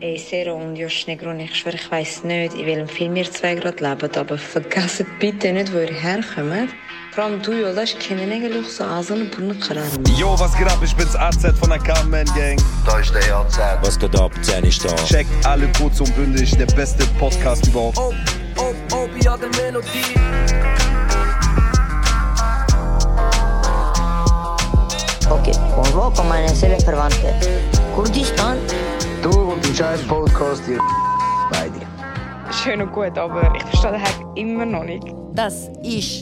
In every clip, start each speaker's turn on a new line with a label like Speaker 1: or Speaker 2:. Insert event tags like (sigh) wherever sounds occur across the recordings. Speaker 1: Ey, Sero und Joschnegrun, ich schwöre, ich weiss nicht, in welchem Film ihr zwei gerade lebt, aber vergesst bitte nicht, wo ihr herkommt. Vor allem du, Yoldaş, kendine gel yoksa ağzını burnunu kırarım.
Speaker 2: Yo, was geht ab? Ich bin's AZ von der Carmen Gang.
Speaker 3: Da ist der JZ.
Speaker 4: Was geht ab? Zehn ist da.
Speaker 2: Checkt alle kurz und bündig, der beste Podcast überhaupt.
Speaker 5: Op, op, opiate melodie.
Speaker 6: Ok, convoco amanecer fervante. Kurdistan,
Speaker 7: Du und dein scheiß Podcast, ihr beide.
Speaker 8: schön und gut, aber ich verstehe den Hack immer noch nicht.
Speaker 9: Das ist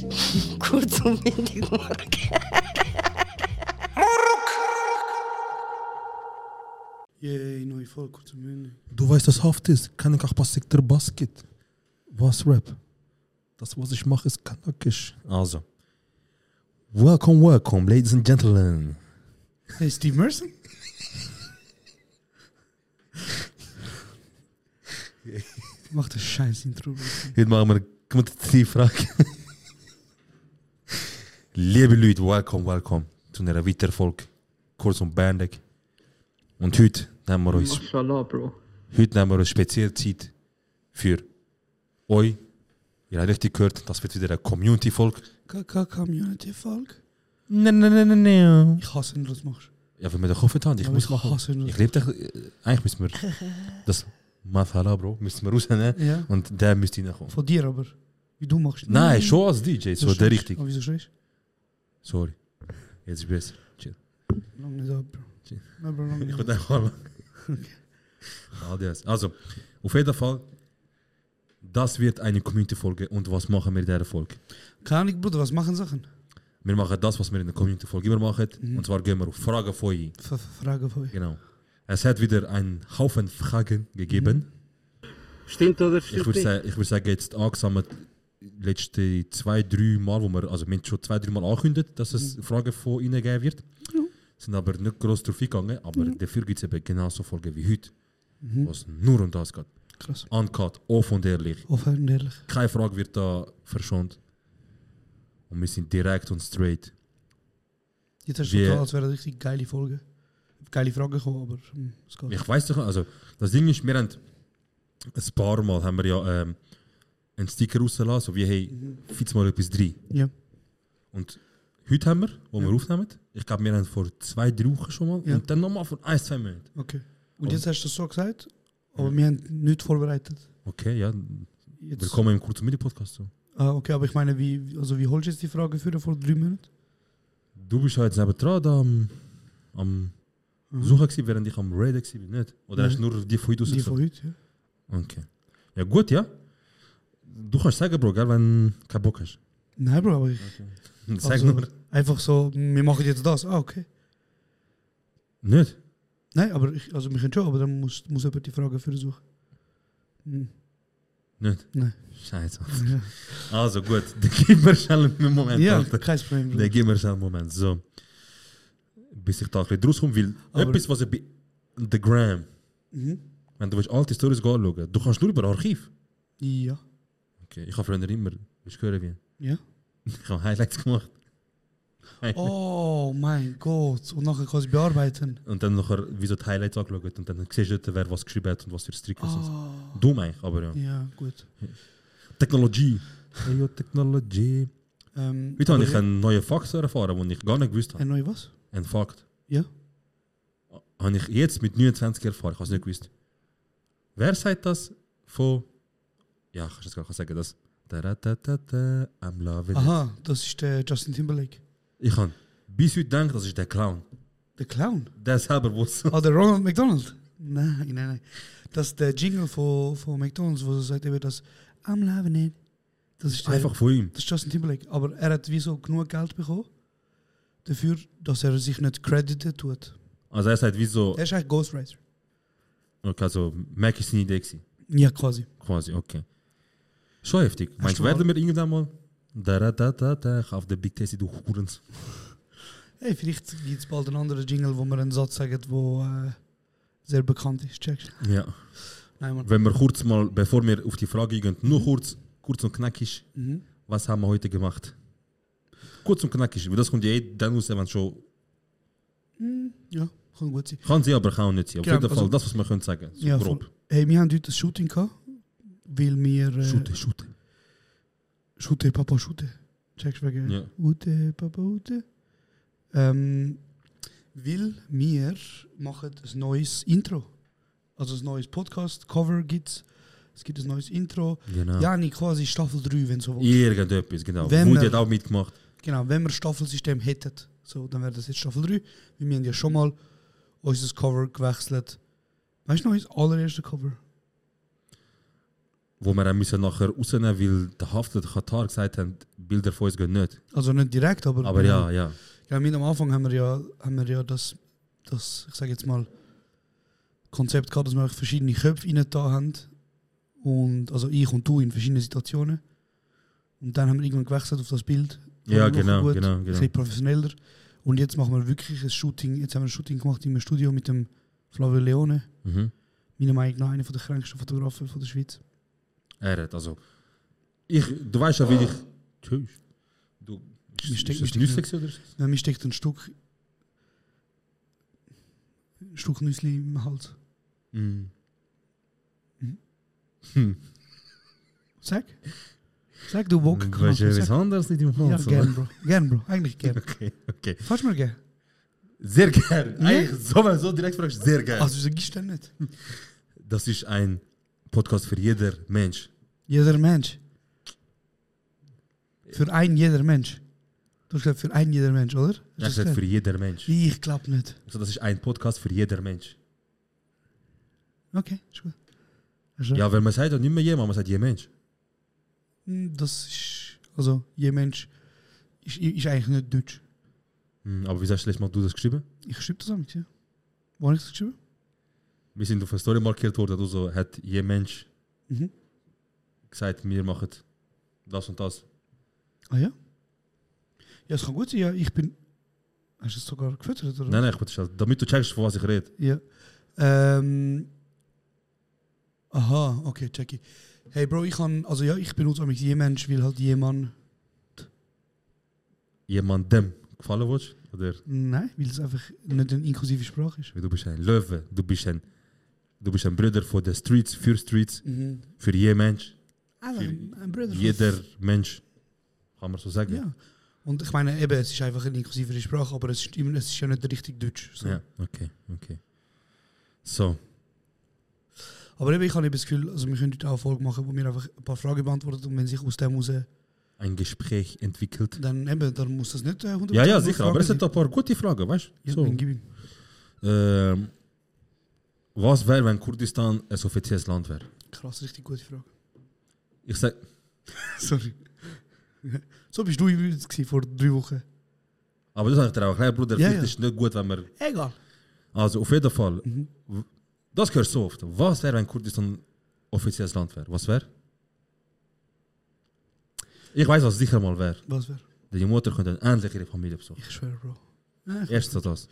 Speaker 9: kurz und bündig morgen.
Speaker 10: Yay, neue Folge, kurz und bündig.
Speaker 11: Du weißt, dass Haft ist. Kann ich auch was der Basket. Was Rap. Das, was ich mache, ist kanakisch. Also. Welcome, welcome, ladies and gentlemen.
Speaker 10: Hey, Steve (laughs) Merson? Mach das scheiß Intro. bitte.
Speaker 11: Heute machen wir eine Quantitativfrage. Liebe Leute, welcome, welcome zu einer weiteren Folge. Kurz und bändig. Und heute nehmen wir uns,
Speaker 7: Mashallah, Bro.
Speaker 11: heute nehmen wir uns speziell Zeit für euch. Ihr habt richtig gehört, das wird wieder eine Community-Folge.
Speaker 10: KK Community Folge.
Speaker 11: Nein, nein, nein, nein, nein.
Speaker 10: Ich hasse, wenn du das machst.
Speaker 11: Ja, wenn wir den Kopf haben, ich
Speaker 10: Aber
Speaker 11: muss
Speaker 10: ich hasse
Speaker 11: machen.
Speaker 10: nur-
Speaker 11: Ich lebe dich. äh, Eigentlich müssen wir das Mathala, Bro, müssen wir rausnehmen.
Speaker 10: Ja.
Speaker 11: Und der müsste reinkommen.
Speaker 10: Von dir aber. Wie du machst.
Speaker 11: Nein, schon als DJ, so der
Speaker 10: schreist.
Speaker 11: richtig.
Speaker 10: Aber Oh, wieso schreist
Speaker 11: Sorry. Jetzt ist besser. Chill.
Speaker 10: du? Lang nicht ab, Bro.
Speaker 11: Tja.
Speaker 10: Nein, Bro, lang
Speaker 11: Ich
Speaker 10: nicht
Speaker 11: würde
Speaker 10: ab.
Speaker 11: einfach mal. ADS. Also, auf jeden Fall, das wird eine Community-Folge. Und was machen wir in dieser Folge?
Speaker 10: Keine Ahnung, Bruder, was machen Sachen?
Speaker 11: Wir machen das, was wir in der Community-Folge immer machen. Und zwar gehen wir auf Fragen von euch.
Speaker 10: F -f Frage von euch.
Speaker 11: Genau. Es hat wieder einen Haufen Fragen gegeben.
Speaker 7: Stimmt oder
Speaker 11: Ich
Speaker 7: stimmt
Speaker 11: würde
Speaker 7: nicht?
Speaker 11: sagen, ich würde sagen, jetzt angesammelt letzte zwei, drei Mal, wo wir, also wir haben schon zwei, drei Mal angekündigt, dass es Fragen von Ihnen geben wird. Sind aber nicht groß drauf eingegangen, aber dafür gibt es eben genauso Folgen wie heute, wo es nur um das geht.
Speaker 10: Krass.
Speaker 11: Uncut, offen und ehrlich.
Speaker 10: Offen und ehrlich.
Speaker 11: Keine Frage wird da verschont. Und wir sind direkt und straight.
Speaker 10: Jetzt hast du
Speaker 11: Wie-
Speaker 10: getan, als wäre das richtig geile Folge. Geile Frage gekommen, aber hm, es geht.
Speaker 11: Ich weiß doch, also das Ding ist, wir haben ein paar Mal haben wir ja ähm, einen Sticker rausgelassen, so wie hey, fitz mal etwas drin.
Speaker 10: Ja.
Speaker 11: Und heute haben wir, wo wir aufnehmen, ich glaube, wir haben vor zwei, drei Wochen schon mal
Speaker 10: Ja.
Speaker 11: und dann nochmal vor ein, zwei Monaten.
Speaker 10: Okay. Und jetzt hast du das so gesagt, aber wir haben nichts vorbereitet.
Speaker 11: Okay, ja.
Speaker 10: Jetzt,
Speaker 11: Willkommen im Kurz- und Mittel-Podcast. So.
Speaker 10: Ah, okay, aber ich meine, wie, also wie holst du jetzt die Frage für vor drei Monaten?
Speaker 11: Du bist ja jetzt neben dran da am, am Suchen gewesen, während ich am Raiden war, nicht? Oder hast du nur die von heute
Speaker 10: Mhm. Die von
Speaker 11: rausgesucht?
Speaker 10: heute, ja.
Speaker 11: Okay. Ja gut, ja. Du kannst sagen, Bro, gell, wenn du keinen Bock (laughs) hast.
Speaker 10: Nein, Bro, aber ich,
Speaker 11: Sag
Speaker 10: also,
Speaker 11: nur.
Speaker 10: einfach so, wir machen jetzt das. Ah, okay.
Speaker 11: Nicht?
Speaker 10: Nein, aber ich, also wir können schon, aber dann muss, muss jemand die Frage für suchen. Hm,
Speaker 11: Nicht?
Speaker 10: nein.
Speaker 11: Scheiße. (laughs) Also gut, dann gib mir schnell einen Moment.
Speaker 10: Ja,
Speaker 11: Alter.
Speaker 10: kein Problem, Bro.
Speaker 11: Nee, gib mir schnell einen Moment. So. Bis ich da ein bisschen rauskomme, weil
Speaker 10: Aber-
Speaker 11: etwas, was ich bei The Gram, Mhm. wenn du willst, alte Stories anschauen du kannst nur über Archiv.
Speaker 10: Ja.
Speaker 11: Okay, ich habe früher immer, ich höre wie,
Speaker 10: Ja?
Speaker 11: ich habe Highlights gemacht.
Speaker 10: Oh mein Gott. Und nachher kannst du bearbeiten.
Speaker 11: Und dann nachher, wie so die Highlights angeschaut und dann siehst du, dort, wer was geschrieben hat und was für Strick was ist. Dumm eigentlich, aber ja.
Speaker 10: Ja, gut.
Speaker 11: Technologie. Hey, yo, Technologie.
Speaker 10: Ähm,
Speaker 11: Heute habe ich
Speaker 10: aber-
Speaker 11: einen neuen Fakt erfahren, den ich gar nicht gewusst
Speaker 10: Ein
Speaker 11: habe.
Speaker 10: neues was?
Speaker 11: Ein Fakt.
Speaker 10: Ja?
Speaker 11: habe ich jetzt mit 29 erfahren. Ich habe es nicht gewusst. Wer sagt das von. Ja, kannst du das gar nicht sagen. Das. Da, da, da, da, da, I'm loving it.
Speaker 10: Aha, das ist der Justin Timberlake.
Speaker 11: Ich habe bis heute gedacht, das ist der Clown.
Speaker 10: Der Clown.
Speaker 11: Der
Speaker 10: (laughs)
Speaker 11: selber wusste.
Speaker 10: Ah, der Ronald McDonald? Nein, nein, nein. Das ist der Jingle von, von McDonalds, wo er sagt eben das I'm loving it. Das ist der,
Speaker 11: Einfach von ihm.
Speaker 10: Das ist Justin Timberlake. Aber er hat wieso genug Geld bekommen dafür, dass er sich nicht credited tut.
Speaker 11: Also er sagt wie so.
Speaker 10: Er ist eigentlich Ghostwriter.
Speaker 11: Okay, also Mac ist seine Idee. Gewesen.
Speaker 10: Ja, quasi.
Speaker 11: Quasi, okay. Schon heftig. Meinst
Speaker 10: du
Speaker 11: du,
Speaker 10: mal-
Speaker 11: werden wir irgendwann mal. Da, da, da, da, da, ich auf der Big Tasty, du Hurens.
Speaker 10: Hey, vielleicht gibt es bald einen anderen Jingle, wo man einen Satz sagt, wo äh, sehr bekannt ist. Checkst du?
Speaker 11: Ja.
Speaker 10: Nein, Mann.
Speaker 11: Wenn wir kurz mal, bevor wir auf die Frage gehen, nur kurz, kurz und knackig,
Speaker 10: Mhm.
Speaker 11: was haben wir heute gemacht? Kurz und knackig, weil das kommt ja eh dann raus, wenn schon
Speaker 10: Ja, Kann gut sein.
Speaker 11: Kann sie aber kann nicht sein. Auf
Speaker 10: Ja,
Speaker 11: jeden Fall,
Speaker 10: also-
Speaker 11: das was man könnte sagen. So
Speaker 10: Ja,
Speaker 11: grob.
Speaker 10: von, hey, wir haben heute ein Shooting gehabt, weil wir. Äh,
Speaker 11: Shooten, shooten.
Speaker 10: Schute, Papa, Schute. Checkst du wegen?
Speaker 11: Ja.
Speaker 10: Ute, Papa, Ute. Ähm, weil wir machen ein neues Intro. Also ein neues Podcast-Cover gibt es. Es gibt ein neues Intro.
Speaker 11: Genau.
Speaker 10: Ja, nicht quasi Staffel 3, wenn so willst.
Speaker 11: Irgendetwas, genau.
Speaker 10: Wenn
Speaker 11: Woody
Speaker 10: wir-
Speaker 11: hat auch mitgemacht.
Speaker 10: Genau, wenn wir Staffelsystem hätten, so, dann wäre das jetzt Staffel 3. Weil Wir haben ja schon mal unser Cover gewechselt. Weißt du noch, unser allererste Cover?
Speaker 11: Wo wir dann müssen nachher rausnehmen weil der Haftete Katar gesagt hat, Bilder von uns gehen nicht.
Speaker 10: Also nicht direkt, aber.
Speaker 11: Aber ja, ja.
Speaker 10: Ja, mit am Anfang haben wir ja, haben wir ja das, das, ich sage jetzt mal, Konzept gehabt, dass wir auch verschiedene Köpfe rein da haben. Und, also ich und du in verschiedenen Situationen. Und dann haben wir irgendwann gewechselt auf das Bild.
Speaker 11: Ja,
Speaker 10: Fand ich
Speaker 11: genau,
Speaker 10: noch
Speaker 11: genau, genau.
Speaker 10: Ein bisschen professioneller. Und jetzt machen wir wirklich ein Shooting. Jetzt haben wir ein Shooting gemacht im Studio mit dem Flavio Leone.
Speaker 11: Mhm.
Speaker 10: Meiner Meinung nach einer der kränksten Fotografen von der Schweiz.
Speaker 11: Er hat also. Ich, du weißt ja, wie ich. Tschüss. Du. Ist,
Speaker 10: Mir steckt-
Speaker 11: ist das
Speaker 10: mir steckt-
Speaker 11: nützlich oder so?
Speaker 10: Nein, mir steckt ein Stück. Ein Stück Nüsli im Hals. Hm?
Speaker 11: Mhm.
Speaker 10: Sag. Sag du Bock.
Speaker 11: Weißt du, was anderes nicht im
Speaker 10: Ja,
Speaker 11: Hals?
Speaker 10: gern, Bro. Gern, Bro. Eigentlich
Speaker 11: (laughs)
Speaker 10: gern.
Speaker 11: Okay, okay.
Speaker 10: Fast mal gern.
Speaker 11: Sehr gern. Eigentlich, so, wenn du so direkt fragst, sehr gern.
Speaker 10: Also, wieso gibst du denn nicht?
Speaker 11: Das ist ein Podcast für jeder Mensch.
Speaker 10: Jeder Mensch. Für ein jeder Mensch. Du hast gesagt, für ein jeder Mensch, oder? Hast du
Speaker 11: Das ist
Speaker 10: gesagt?
Speaker 11: für jeder Mensch.
Speaker 10: Wie, ich glaub nicht.
Speaker 11: Also das ist ein Podcast für jeder Mensch.
Speaker 10: Okay, ist gut. Hast du recht.
Speaker 11: Ja, weil man sagt ja nicht mehr jemand, man sagt je Mensch.
Speaker 10: Hm, Das ist. Also, je Mensch ist, ist eigentlich nicht deutsch.
Speaker 11: Hm, Aber wie sagst du letztes Mal, du das geschrieben?
Speaker 10: Ich schreibe das auch nicht, ja. Wo habe ich das geschrieben?
Speaker 11: Wir sind auf eine Story markiert worden, also hat je Mensch
Speaker 10: Mhm.
Speaker 11: gesagt, wir machen das und das.
Speaker 10: Ah ja? Ja, es kann gut sein, ja. Ich bin. Hast du es sogar gefüttert, oder?
Speaker 11: Nein, nein, ich wollte schon- damit du checkst, von was ich rede.
Speaker 10: Ja. Ähm, aha, okay, check ich. Hey Bro, ich kann, also ja, ich benutze auch jemand, weil halt jemand.
Speaker 11: Jemandem gefallen willst? Oder
Speaker 10: Nein, weil es einfach nicht eine inklusive Sprache ist.
Speaker 11: weil du bist ein Löwe, du bist ein, du bist ein Bruder von den Streets, für Streets,
Speaker 10: Mhm.
Speaker 11: für je Mensch.
Speaker 10: Also,
Speaker 11: Für
Speaker 10: ein Bruder von-
Speaker 11: Jeder Mensch, kann man so sagen.
Speaker 10: Ja. Und ich meine, eben, es ist einfach eine inklusivere Sprache, aber es ist, immer, es ist ja nicht richtig Deutsch. So.
Speaker 11: Ja, okay, okay. So,
Speaker 10: Aber eben, ich habe eben das Gefühl, also wir können heute auch eine Folge machen, wo wir einfach ein paar Fragen beantworten und wenn sich aus dem raus,
Speaker 11: ein Gespräch entwickelt.
Speaker 10: dann eben, dann muss das nicht äh, 100%
Speaker 11: Ja, ja,
Speaker 10: nur
Speaker 11: sicher,
Speaker 10: Fragen
Speaker 11: aber es
Speaker 10: sein.
Speaker 11: sind ein paar gute Fragen, weißt du?
Speaker 10: Ja,
Speaker 11: So.
Speaker 10: dann gib ihm.
Speaker 11: Ähm, was wäre, wenn Kurdistan ein offizielles Land wäre?
Speaker 10: Krass, richtig gute Frage.
Speaker 11: Ich sag,
Speaker 10: (laughs) Sorry. (laughs) So bist du übrigens gewesen vor drei Wochen.
Speaker 11: aber das habe ich dir auch erklärt, Bruder,
Speaker 10: Ja,
Speaker 11: vielleicht
Speaker 10: ja.
Speaker 11: ist nicht gut, wenn wir.
Speaker 10: Egal.
Speaker 11: Also, auf jeden Fall,
Speaker 10: Mhm.
Speaker 11: w- das gehört so oft. Was wäre, wenn Kurdistan ein offizielles Land wäre? Was wäre? Ich weiß, was sicher mal wäre.
Speaker 10: Was wäre?
Speaker 11: Die Mutter könnte endlich ihre Familie besuchen.
Speaker 10: Ich schwöre, Bro.
Speaker 11: Erstens das.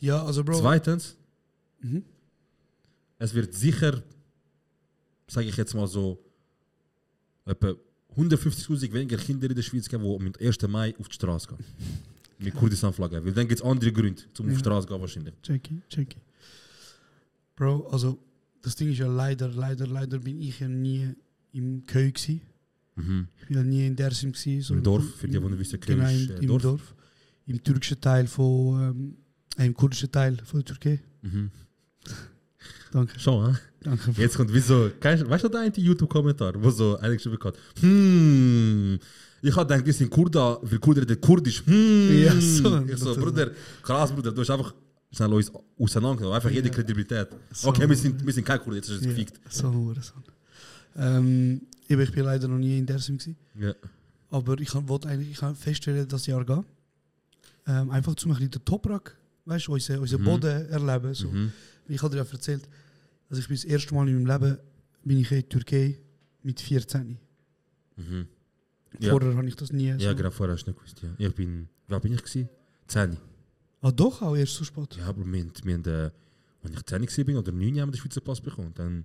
Speaker 10: Ja, also, Bro.
Speaker 11: Zweitens, es wird sicher, sage ich jetzt mal so, etwa 150.000 weniger Kinder in der Schweiz geben, die mit 1. Mai auf die Straße gehen. Mit Kurdistan-Flagge. Weil dann gibt es andere Gründe, zum auf die Straße gehen wahrscheinlich.
Speaker 10: Checky, checky. Bro, also, das Ding ist ja leider, leider, leider bin ich ja nie im Köy gsi. Ich bin ja nie in Dersim gsi. So
Speaker 11: Im Mhm. Dorf, für
Speaker 10: im-
Speaker 11: die, die nicht wissen, Köy
Speaker 10: genau, im,
Speaker 11: ist, äh,
Speaker 10: im
Speaker 11: Dorf.
Speaker 10: Dorf. Im türkischen Teil von, ähm, äh, im kurdischen Teil von der Türkei.
Speaker 11: Mhm.
Speaker 10: danke,
Speaker 11: Schon, hä?
Speaker 10: danke.
Speaker 11: Jetzt kommt wieso, weißt du, weißt du, der eine YouTube-Kommentar, wo so einer geschrieben hat, hm, ich hab gedacht, die sind Kurda, weil Kurder redet Kurdisch, hm.
Speaker 10: Ja, so.
Speaker 11: Ich so, Bruder, krass, Bruder, du hast einfach schnell uns auseinandergenommen, einfach jede Kredibilität.
Speaker 10: So.
Speaker 11: Okay, wir sind, wir sind kein Kurder, jetzt ist es
Speaker 10: Ja,
Speaker 11: gefickt.
Speaker 10: so, hure so. Ähm, eben, ich bin leider noch nie in Dersim gsi.
Speaker 11: Ja.
Speaker 10: Aber ich han- wollte eigentlich ich han feststellen, dass Jahr gehen. Ähm, einfach zum ein bisschen den Toprak, weißt du, unseren, unseren
Speaker 11: Mhm.
Speaker 10: Boden erleben. So. Ich hatte dir ja erzählt, also ich bin das erste Mal in meinem Leben bin ich in die Türkei mit 14.
Speaker 11: Ja.
Speaker 10: Vorher habe ich das nie.
Speaker 11: Mhm. Ja,
Speaker 10: so.
Speaker 11: genau, vorher hast du nicht gewusst, ja. Ich bin, wann bin ich gewesen? Zehn.
Speaker 10: Ah, doch, auch erst so spät.
Speaker 11: Ja, aber wir, haben- wir haben, äh, wenn ich zehn gewesen bin oder neun, haben wir den Schweizer Pass bekommen. Dann,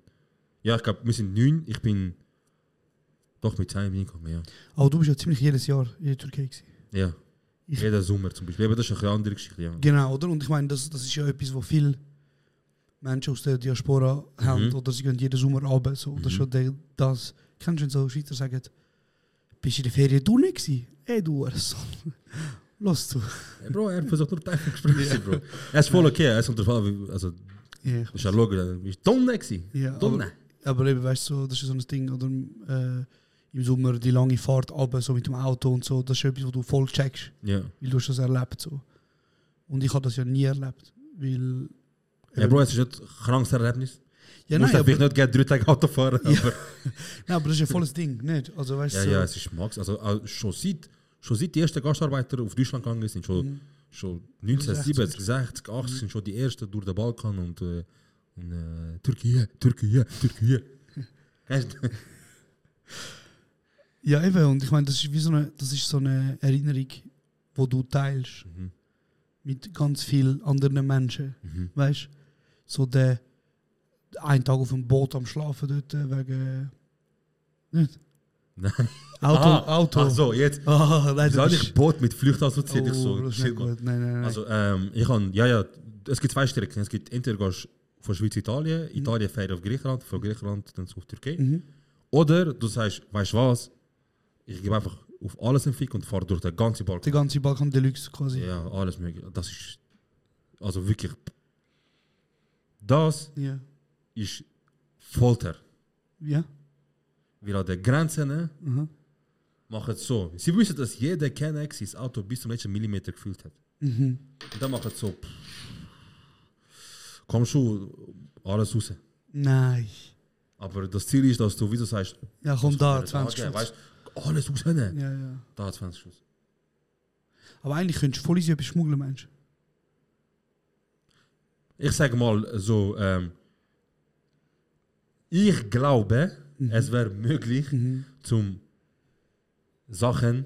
Speaker 11: ja, ich glaube, wir sind neun, ich bin, doch, mit zehn bin ich gekommen, ja.
Speaker 10: Aber du bist ja ziemlich jedes Jahr in der Türkei. Gewesen.
Speaker 11: Ja. Jeden Sommer zum Beispiel. Aber das ist eine andere Geschichte. Ja.
Speaker 10: Genau, oder? Und ich meine, das, das ist ja etwas, wo viele Menschen aus der Diaspora
Speaker 11: Mhm.
Speaker 10: haben. Oder sie gehen jeden Sommer runter. So. Oder schon de, das. Kennst du, wenn so Schweizer sagen, bist du in der Ferien du nicht gewesen? Ey, du Arschloch. (laughs) Lass zu.
Speaker 11: Hey, Bro, er versucht nur Teufelsgespräche, ja. Bro. Er ist voll okay. Er ist unter Also,
Speaker 10: Ja, ich
Speaker 11: ist ja logisch. Er ist Donner gewesen.
Speaker 10: Ja,
Speaker 11: Donner.
Speaker 10: Aber eben, weißt du, so, das ist so ein Ding, oder äh, im Sommer die lange Fahrt runter, so mit dem Auto und so, das ist etwas, wo du voll checkst,
Speaker 11: Ja.
Speaker 10: weil du hast das erlebt so. Und ich habe das ja nie erlebt, weil...
Speaker 11: Ja, Bro, es ist nicht ein krankes Erlebnis.
Speaker 10: Ja,
Speaker 11: du musst
Speaker 10: nein, aber,
Speaker 11: vielleicht nicht gerne drei Tage Auto fahren.
Speaker 10: Ja.
Speaker 11: Aber,
Speaker 10: nein, aber das ist ja voll das Ding, nicht? Also weißt
Speaker 11: ja,
Speaker 10: du, so,
Speaker 11: ja, es ist Max. Also, auch schon seit, schon seit die ersten Gastarbeiter auf Deutschland gegangen sind, schon,
Speaker 10: Mhm.
Speaker 11: schon 1970, 60, 80 sind schon die ersten durch den Balkan und, äh, und äh, Türkei, Türkei,
Speaker 10: (laughs)
Speaker 11: Türkei. Kennst du?
Speaker 10: ja eben, und ich meine, das ist wie so eine, das ist so eine Erinnerung, wo du teilst
Speaker 11: Mhm.
Speaker 10: mit ganz vielen anderen Menschen, weißt du? So der einen Tag auf dem Boot am Schlafen dort äh, wegen...
Speaker 11: (laughs)
Speaker 10: Nicht?
Speaker 11: Nein.
Speaker 10: Auto,
Speaker 11: Ah,
Speaker 10: Auto.
Speaker 11: Ach so, jetzt.
Speaker 10: Ah, nein,
Speaker 11: Wieso habe
Speaker 10: das
Speaker 11: ich
Speaker 10: ist...
Speaker 11: Boot mit Flucht assoziiert? ich
Speaker 10: Oh,
Speaker 11: so,
Speaker 10: das ist
Speaker 11: shit,
Speaker 10: nicht
Speaker 11: Mann.
Speaker 10: gut. Nein, nein, nein.
Speaker 11: Also, ähm, ich kann, ja, ja, es gibt zwei Strecken. Es gibt entweder gehst du von Schweiz zu Italien, Italien fährt auf Griechenland, von Griechenland dann auf Türkei. Oder dus du sagst, weißt du was, ich gebe einfach auf alles einen Fick und fahre durch den ganzen
Speaker 10: der
Speaker 11: Balkan.
Speaker 10: ganze Balkan Deluxe quasi.
Speaker 11: Ja, alles mögliche. Das ist, also wirklich, das
Speaker 10: Ja.
Speaker 11: ist Folter.
Speaker 10: Ja.
Speaker 11: Weil an den Grenzen machen es so. Sie wissen, dass jeder Kennex sein Auto bis zum letzten Millimeter gefüllt hat. Und dann machen es so. pff, Komm schon, alles raus.
Speaker 10: Nein.
Speaker 11: Aber das Ziel ist, dass du, wie du sagst,
Speaker 10: Ja, komm da, 20
Speaker 11: okay,
Speaker 10: Schuss.
Speaker 11: weißt, alles rausnehmen.
Speaker 10: Ah, Ja, ja.
Speaker 11: Da 20 Schuss.
Speaker 10: Aber eigentlich könntest du voll easy etwas schmuggeln, Mensch.
Speaker 11: Ich sage mal so, ähm, ich glaube, es wäre möglich, zum Sachen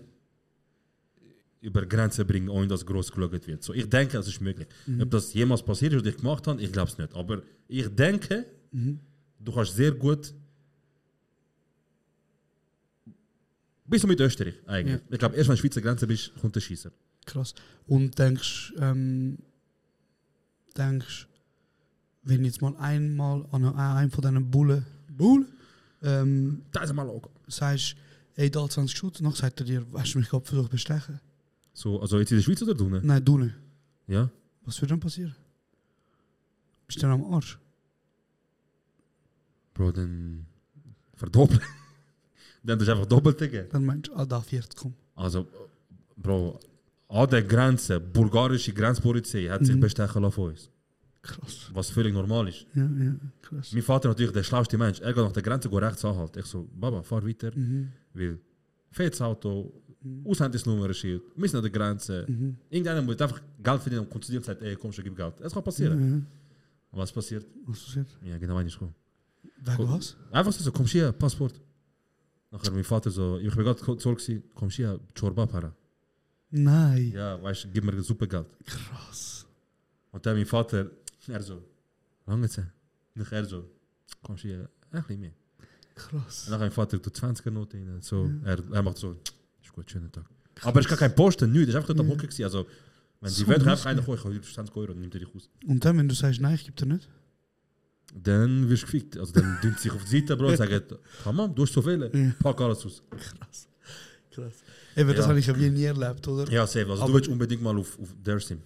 Speaker 11: über Grenzen bringen, ohne dass groß geschaut wird. So, ich denke, es ist möglich. Ob das jemals passiert ist oder ich gemacht habe, ich glaube es nicht. Aber ich denke, du kannst sehr gut bis mit Österreich eigentlich. Ich glaube, erst wenn du Schweizer Grenze bist, kommt der Schießer.
Speaker 10: Krass. Und denkst, ähm, denkst, wenn jetzt mal einmal an einem von diesen Bullen, Bullen, ähm,
Speaker 11: Das ist mal auch.
Speaker 10: sagst, ey, da 20 Schuss, noch sagt er dir, hast du mich gerade versucht zu bestechen?
Speaker 11: So, also jetzt in der Schweiz oder drinnen?
Speaker 10: Nein, du nicht.
Speaker 11: Ja.
Speaker 10: Was würde dann passieren? Bist du dann am Arsch?
Speaker 11: Bro, dann verdoppeln. (laughs) dann ist einfach doppelt gegeben.
Speaker 10: Dann meinst du, ah, da 40, komm.
Speaker 11: Also, Bro, an der Grenze, bulgarische Grenzpolizei hat sich bestechen lassen von uns.
Speaker 10: Mhm. Krass.
Speaker 11: Was völlig normal ist.
Speaker 10: Ja, ja, krass.
Speaker 11: Mein Vater natürlich der schlauste Mensch. Er geht nach der Grenze, geht rechts anhalten. Ich so, Baba, fahr weiter.
Speaker 10: Mhm.
Speaker 11: Weil, fettes Auto, Aushandelsnummernschild, wir sind an der Grenze.
Speaker 10: Mhm.
Speaker 11: Irgendeiner muss einfach Geld verdienen und kommt zu dir und sagt, ey, komm schon, gib Geld. Es kann passieren.
Speaker 10: Mhm.
Speaker 11: Und was passiert?
Speaker 10: Was passiert?
Speaker 11: Ja, genau, meine ich schon.
Speaker 10: Wegen was?
Speaker 11: Einfach so, so kommst hier, Passport. Nachher mein Vater so, ich bin gerade zurück, gewesen, kommst hier, Chorba para.
Speaker 10: Nein.
Speaker 11: Ja, weißt du, gib mir super Geld.
Speaker 10: Krass.
Speaker 11: Und dann mein Vater, er so, lange Zeit. Und er so, kommst hier, ein bisschen mehr. Und
Speaker 10: Krass.
Speaker 11: dann mein Vater tut 20er Note rein. So,
Speaker 10: Mhm.
Speaker 11: er, er macht so, ist gut, schönen Tag. Aber es ist gar kein Posten, nichts, es ist einfach dort am Hocken gewesen. Also, wenn sie
Speaker 10: Mhm. So
Speaker 11: wollen, kann
Speaker 10: lustig.
Speaker 11: einfach einer kommen, ich habe 20 Euro und nimmt dir dich aus.
Speaker 10: Und dann, wenn du sagst, nein, ich gebe dir nicht?
Speaker 11: Dann wirst du gefickt. Also, dann dünnt sich auf die Seite,
Speaker 10: (laughs)
Speaker 11: Bro, und sagt, Hamam, du hast so viele, pack alles aus.
Speaker 10: Krass. Eben, das
Speaker 11: Ja.
Speaker 10: habe ich ja wie nie erlebt, oder?
Speaker 11: Ja, safe. Also,
Speaker 10: Aber-
Speaker 11: du willst unbedingt mal auf, auf Dersim.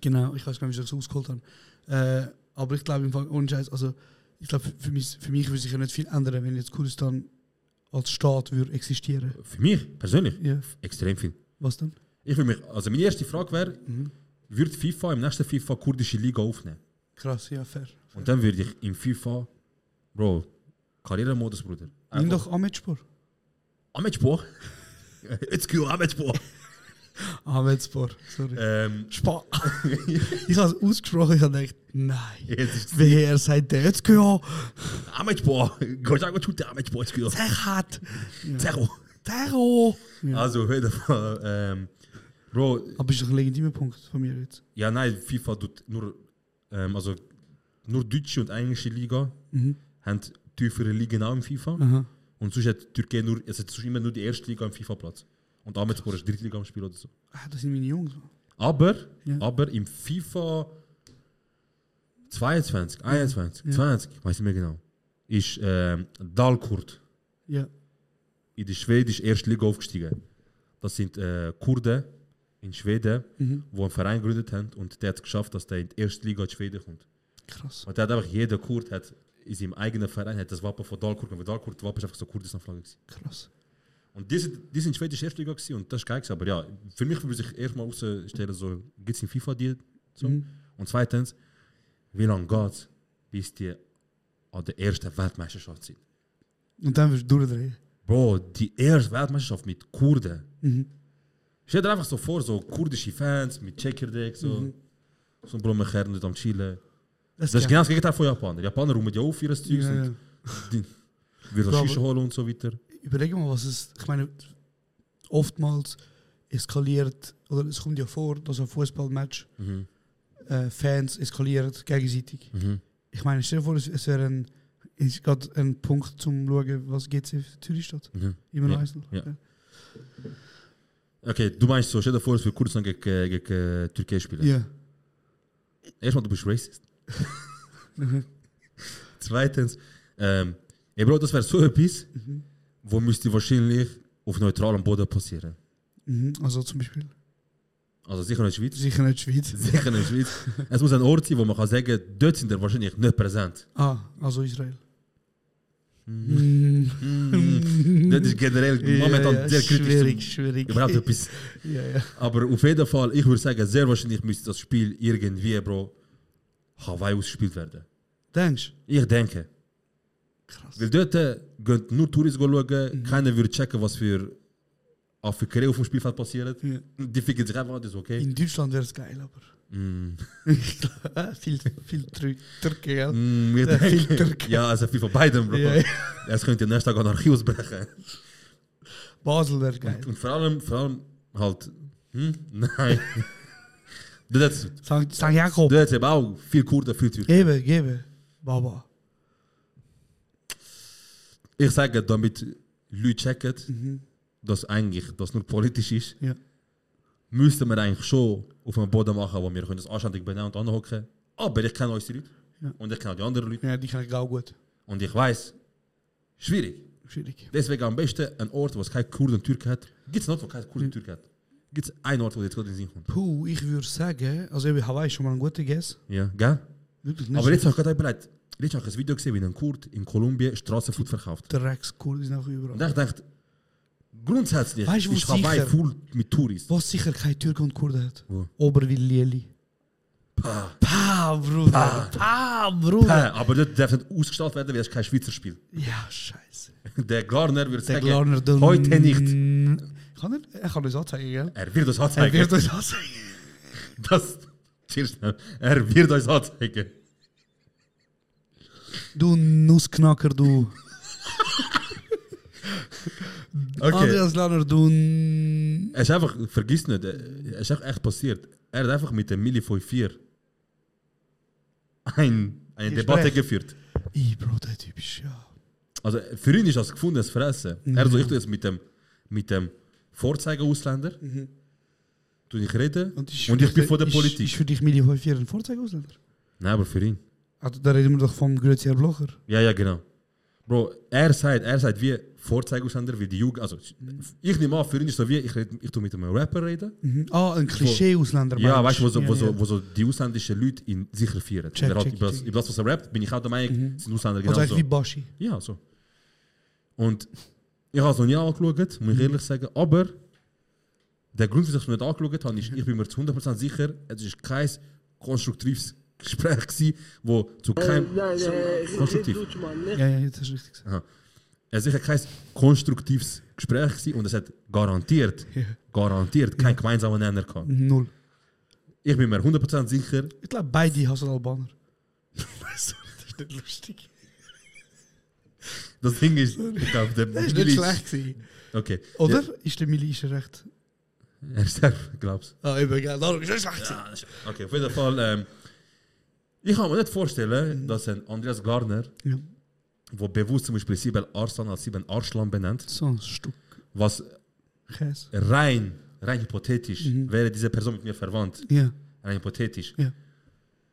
Speaker 10: Genau, ich weiß gar nicht, wie ich das ausgeholt habe. Äh, aber ich glaube, im Fall, ohne Scheiß, also, ich glaube, für mich, für mich würde sich ja nicht viel ändern, wenn jetzt Kurdistan als Staat würde existieren.
Speaker 11: Für mich persönlich
Speaker 10: Ja.
Speaker 11: extrem viel.
Speaker 10: Was dann?
Speaker 11: Ich will mich, also meine erste Frage wäre, wird FIFA im nächsten FIFA kurdische Liga aufnehmen?
Speaker 10: Krass, ja, fair.
Speaker 11: Und dann würde ich im FIFA, Bro, Karrieremodus, Bruder. Ähm,
Speaker 10: Nimm doch Ahmedspor.
Speaker 11: (laughs) Ametspor. Jetzt go Ametspor.
Speaker 10: Ahmedspor, sorry.
Speaker 11: ähm,
Speaker 10: Spa. (laughs) ich habe es ausgesprochen, ich habe gedacht, (laughs) nein.
Speaker 11: (laughs) jetzt ist
Speaker 10: Wer sagt der jetzt gehört?
Speaker 11: Ametspor. Gott sei Dank, tut der Ametspor. Jetzt go.
Speaker 10: Der hat.
Speaker 11: Zero.
Speaker 10: Terror.
Speaker 11: Also, auf jeden Fall, ähm, Bro,
Speaker 10: Aber ist doch ein legitimer Punkt von mir jetzt.
Speaker 11: Ja, nein, FIFA tut nur, ähm, also nur deutsche und englische Liga haben tiefere Ligen auch im FIFA. Und sonst hat die Türkei nur, es hat sonst immer nur die erste Liga im FIFA-Platz. Und Ahmedspor ist Drittliga am Spiel oder so.
Speaker 10: Ah, das sind meine Jungs.
Speaker 11: Aber,
Speaker 10: Ja.
Speaker 11: aber im FIFA 22, 21, 20, ich weiß nicht mehr genau, ist ähm, Dalkurd
Speaker 10: Ja.
Speaker 11: in die schwedische erste Liga aufgestiegen. Das sind äh, Kurden in Schweden, die einen Verein gegründet haben und der hat es geschafft, dass der in die erste Liga in Schweden kommt.
Speaker 10: Krass.
Speaker 11: Und der hat einfach jeder Kurd hat in seinem eigenen Verein hat das Wappen von Dalkurd und von Dalkurd das Wappen ist einfach so kurdische Flagge. gewesen.
Speaker 10: Krass.
Speaker 11: Und die sind, die sind schwedisch erste Liga gewesen und das ist geil. gewesen. Aber ja, für mich würde ich erstmal herausstellen, so, gibt es in FIFA die so? Und zweitens, wie lange geht es, bis die an der ersten Weltmeisterschaft sind?
Speaker 10: Und dann wirst du durchdrehen.
Speaker 11: Bro, die erste Weltmeisterschaft mit Kurden.
Speaker 10: Mhm.
Speaker 11: Stell dir einfach so vor, so kurdische Fans mit Checkerdeck, so.
Speaker 10: Mhm.
Speaker 11: So ein Brommecher nicht am Chillen. Das, ist genau das Gegenteil von Japaner. Japaner räumen ja auf ihres Zeugs
Speaker 10: Ja, ja.
Speaker 11: und die- würden
Speaker 10: Bro,
Speaker 11: Shisha
Speaker 10: aber-
Speaker 11: holen und so weiter.
Speaker 10: Überleg mal, was es. Ich meine, oftmals eskaliert, oder es kommt ja vor, dass ein Fußballmatch
Speaker 11: Mhm.
Speaker 10: äh, Fans eskaliert gegenseitig. Ich meine, stell dir vor, es, es wäre ein, es geht ein Punkt zum Schauen, was GC für Zürichstadt. Immer noch
Speaker 11: Mhm. Ja,
Speaker 10: eins noch.
Speaker 11: ja. Okay, du meinst so, stell dir vor, es wird Kurdistan gegen, äh, gegen äh, Türkei spielen.
Speaker 10: Ja.
Speaker 11: Erstmal, du bist Racist.
Speaker 10: Mhm.
Speaker 11: (laughs) Zweitens, ähm, ey Bro, das wäre so etwas,
Speaker 10: Mhm.
Speaker 11: wo müsste wahrscheinlich auf neutralem Boden passieren.
Speaker 10: Mhm. Also zum Beispiel.
Speaker 11: Also sicher nicht Schweiz.
Speaker 10: Sicher nicht
Speaker 11: (laughs)
Speaker 10: Schweiz.
Speaker 11: Sicher nicht Schweiz. Es muss ein Ort sein, wo man kann sagen, dort sind wir wahrscheinlich nicht präsent.
Speaker 10: Ah, also Israel.
Speaker 11: Das ist generell momentan sehr kritisch.
Speaker 10: Mhm. Schwierig,
Speaker 11: zum-
Speaker 10: schwierig.
Speaker 11: Überhaupt etwas.
Speaker 10: (laughs) Ja, ja.
Speaker 11: Aber auf jeden Fall, ich würde sagen, sehr wahrscheinlich müsste das Spiel irgendwie, Bro, Hawaii ausgespielt werden.
Speaker 10: Denkst
Speaker 11: Ich denke.
Speaker 10: Krass. Mhm.
Speaker 11: Weil dort äh, gehen nur Touristen schauen, keiner würde checken, was für Afrikaner auf dem Spielfeld passiert.
Speaker 10: Ja.
Speaker 11: Die ficken sich einfach, das ist okay.
Speaker 10: In Deutschland wäre es geil, aber.
Speaker 11: Mhm.
Speaker 10: ich glaube, (laughs) viel, viel Trü- Türke, gell?
Speaker 11: Mm,
Speaker 10: (laughs)
Speaker 11: ich
Speaker 10: Ja, viel
Speaker 11: denke-
Speaker 10: Türken.
Speaker 11: ja, also viel von beiden, Bro.
Speaker 10: Ja, ja.
Speaker 11: Es könnte ja nächsten Tag Anarchie ausbrechen.
Speaker 10: Basel wäre geil.
Speaker 11: Und vor allem, vor allem halt. Hm? (laughs) Nein. das
Speaker 10: St. St. Jakob.
Speaker 11: das eben auch viel Kurden, viel Türken.
Speaker 10: Gebe, gebe. Baba.
Speaker 11: Ich sage, damit Leute checken, dass eigentlich das nur politisch ist,
Speaker 10: Ja.
Speaker 11: müsste man eigentlich schon auf einem Boden machen, wo wir können das anständig benennen und anhocken. Aber ich kenne unsere Leute und ich kenne auch die anderen Leute
Speaker 10: Ja, die kann ich auch gut.
Speaker 11: und ich weiß, schwierig.
Speaker 10: Schwierig.
Speaker 11: Deswegen am besten ein Ort, wo es keine Kurden und Türken hat. Gibt es einen Ort, wo keine Kurden und Türken hat? Gibt es einen Ort, wo jetzt gerade in den Sinn kommt?
Speaker 10: Puh, ich würde sagen, also eben Hawaii ist schon mal ein guter Guess.
Speaker 11: Ja, gell?
Speaker 10: Wirklich nicht.
Speaker 11: Aber jetzt habe ich gerade überlegt, jetzt habe ich ein Video gesehen, wie ein Kurd in Kolumbien Straßenfood verkauft.
Speaker 10: der Rex cool ist einfach
Speaker 11: Und
Speaker 10: überall.
Speaker 11: ich dachte, grundsätzlich
Speaker 10: Weißt du, wo
Speaker 11: ist Hawaii
Speaker 10: sicher-
Speaker 11: voll mit Touristen.
Speaker 10: Was sicher keine Türke und Kurden hat.
Speaker 11: Wo?
Speaker 10: Oberwil-Lieli. Pa, Bruder. Pa, Bruder.
Speaker 11: Hä, aber das darf nicht ausgestrahlt werden, weil es kein Schweizer Spiel. (laughs)
Speaker 10: Ja, scheiße.
Speaker 11: Der Garner wird
Speaker 10: Der
Speaker 11: sagen,
Speaker 10: Glarner Dom-
Speaker 11: heute nicht.
Speaker 10: Kann er, er kann uns anzeigen, gell?
Speaker 11: Er wird uns anzeigen.
Speaker 10: Er wird uns anzeigen.
Speaker 11: (laughs) das, Chill schnell. er wird uns anzeigen.
Speaker 10: Du Nussknacker, du.
Speaker 11: Okay.
Speaker 10: Andreas Glarner, du. N-
Speaker 11: Es ist einfach, vergiss nicht, äh, es ist auch echt passiert. Er hat einfach mit dem Milli von 4 ein, eine
Speaker 10: Gespräch.
Speaker 11: Debatte geführt.
Speaker 10: Ih, Bro, der Typ ist ja.
Speaker 11: Also für ihn ist das gefundenes Fressen.
Speaker 10: Mhm.
Speaker 11: Er so, ich tu jetzt mit dem, mit dem Vorzeigeausländer,
Speaker 10: Mhm.
Speaker 11: tu ich reden und ich, bin von der Politik.
Speaker 10: Ist, ist für dich Mili Häufier ein Vorzeigeausländer?
Speaker 11: Nein, aber für ihn.
Speaker 10: Also, da reden wir doch vom Grötzier Blocher.
Speaker 11: Ja, ja, genau. Bro, er sagt, er sagt wie Vorzeigeausländer, wie die Jugend. Also,
Speaker 10: Mhm.
Speaker 11: ich nehme an, für ihn ist so wie, ich, red, ich tu mit einem Rapper reden.
Speaker 10: Ah, ein Klischee-Ausländer.
Speaker 11: Ja,
Speaker 10: meinst
Speaker 11: weißt
Speaker 10: du?
Speaker 11: du, wo, so,
Speaker 10: Ja,
Speaker 11: wo,
Speaker 10: ja.
Speaker 11: so, wo so die ausländischen Leute ihn sicher feiern.
Speaker 10: Check,
Speaker 11: Wer hat
Speaker 10: check,
Speaker 11: über, das,
Speaker 10: check.
Speaker 11: über das, was er rappt, bin ich auch der Meinung, sind Ausländer
Speaker 10: Also,
Speaker 11: genau
Speaker 10: eigentlich
Speaker 11: so.
Speaker 10: wie Baschi.
Speaker 11: Ja, so. Und ich habe es noch nie angeschaut, muss ich ehrlich sagen, aber der Grund, wieso ich es nicht angeschaut habe, ist, ich bin mir zu 100% sicher, es ist kein konstruktives Gespräch gewesen, wo zu keinem... konstruktiv.
Speaker 10: Ja, ja, jetzt hast du richtig gesagt.
Speaker 11: Es war sicher kein konstruktives Gespräch gewesen und es hat garantiert, garantiert keinen gemeinsamen Nenner gehabt.
Speaker 10: Null.
Speaker 11: Ich bin mir 100% sicher,
Speaker 10: Ich glaube, beide hassen Albaner. das ist nicht lustig.
Speaker 11: Das Ding ist, ich glaube, der
Speaker 10: Das ist
Speaker 11: Billy
Speaker 10: nicht
Speaker 11: ist-
Speaker 10: schlecht gewesen.
Speaker 11: Okay.
Speaker 10: Oder? Ist der Mili ist er recht?
Speaker 11: Ja, er ist der, glaubst
Speaker 10: Ah, eben, gell. Darum ist er schlecht gewesen.
Speaker 11: du? Ah, Okay, auf jeden Fall. Ähm, ich kann mir nicht vorstellen, dass ein Andreas Garner,
Speaker 10: Ja.
Speaker 11: der bewusst zum Beispiel Sibel Arslan als Sibel Arslan benennt,
Speaker 10: So ein Stück.
Speaker 11: was
Speaker 10: Käse.
Speaker 11: Rein, rein hypothetisch, wäre diese Person mit mir verwandt.
Speaker 10: Ja.
Speaker 11: Rein hypothetisch.
Speaker 10: Mhm. Ja.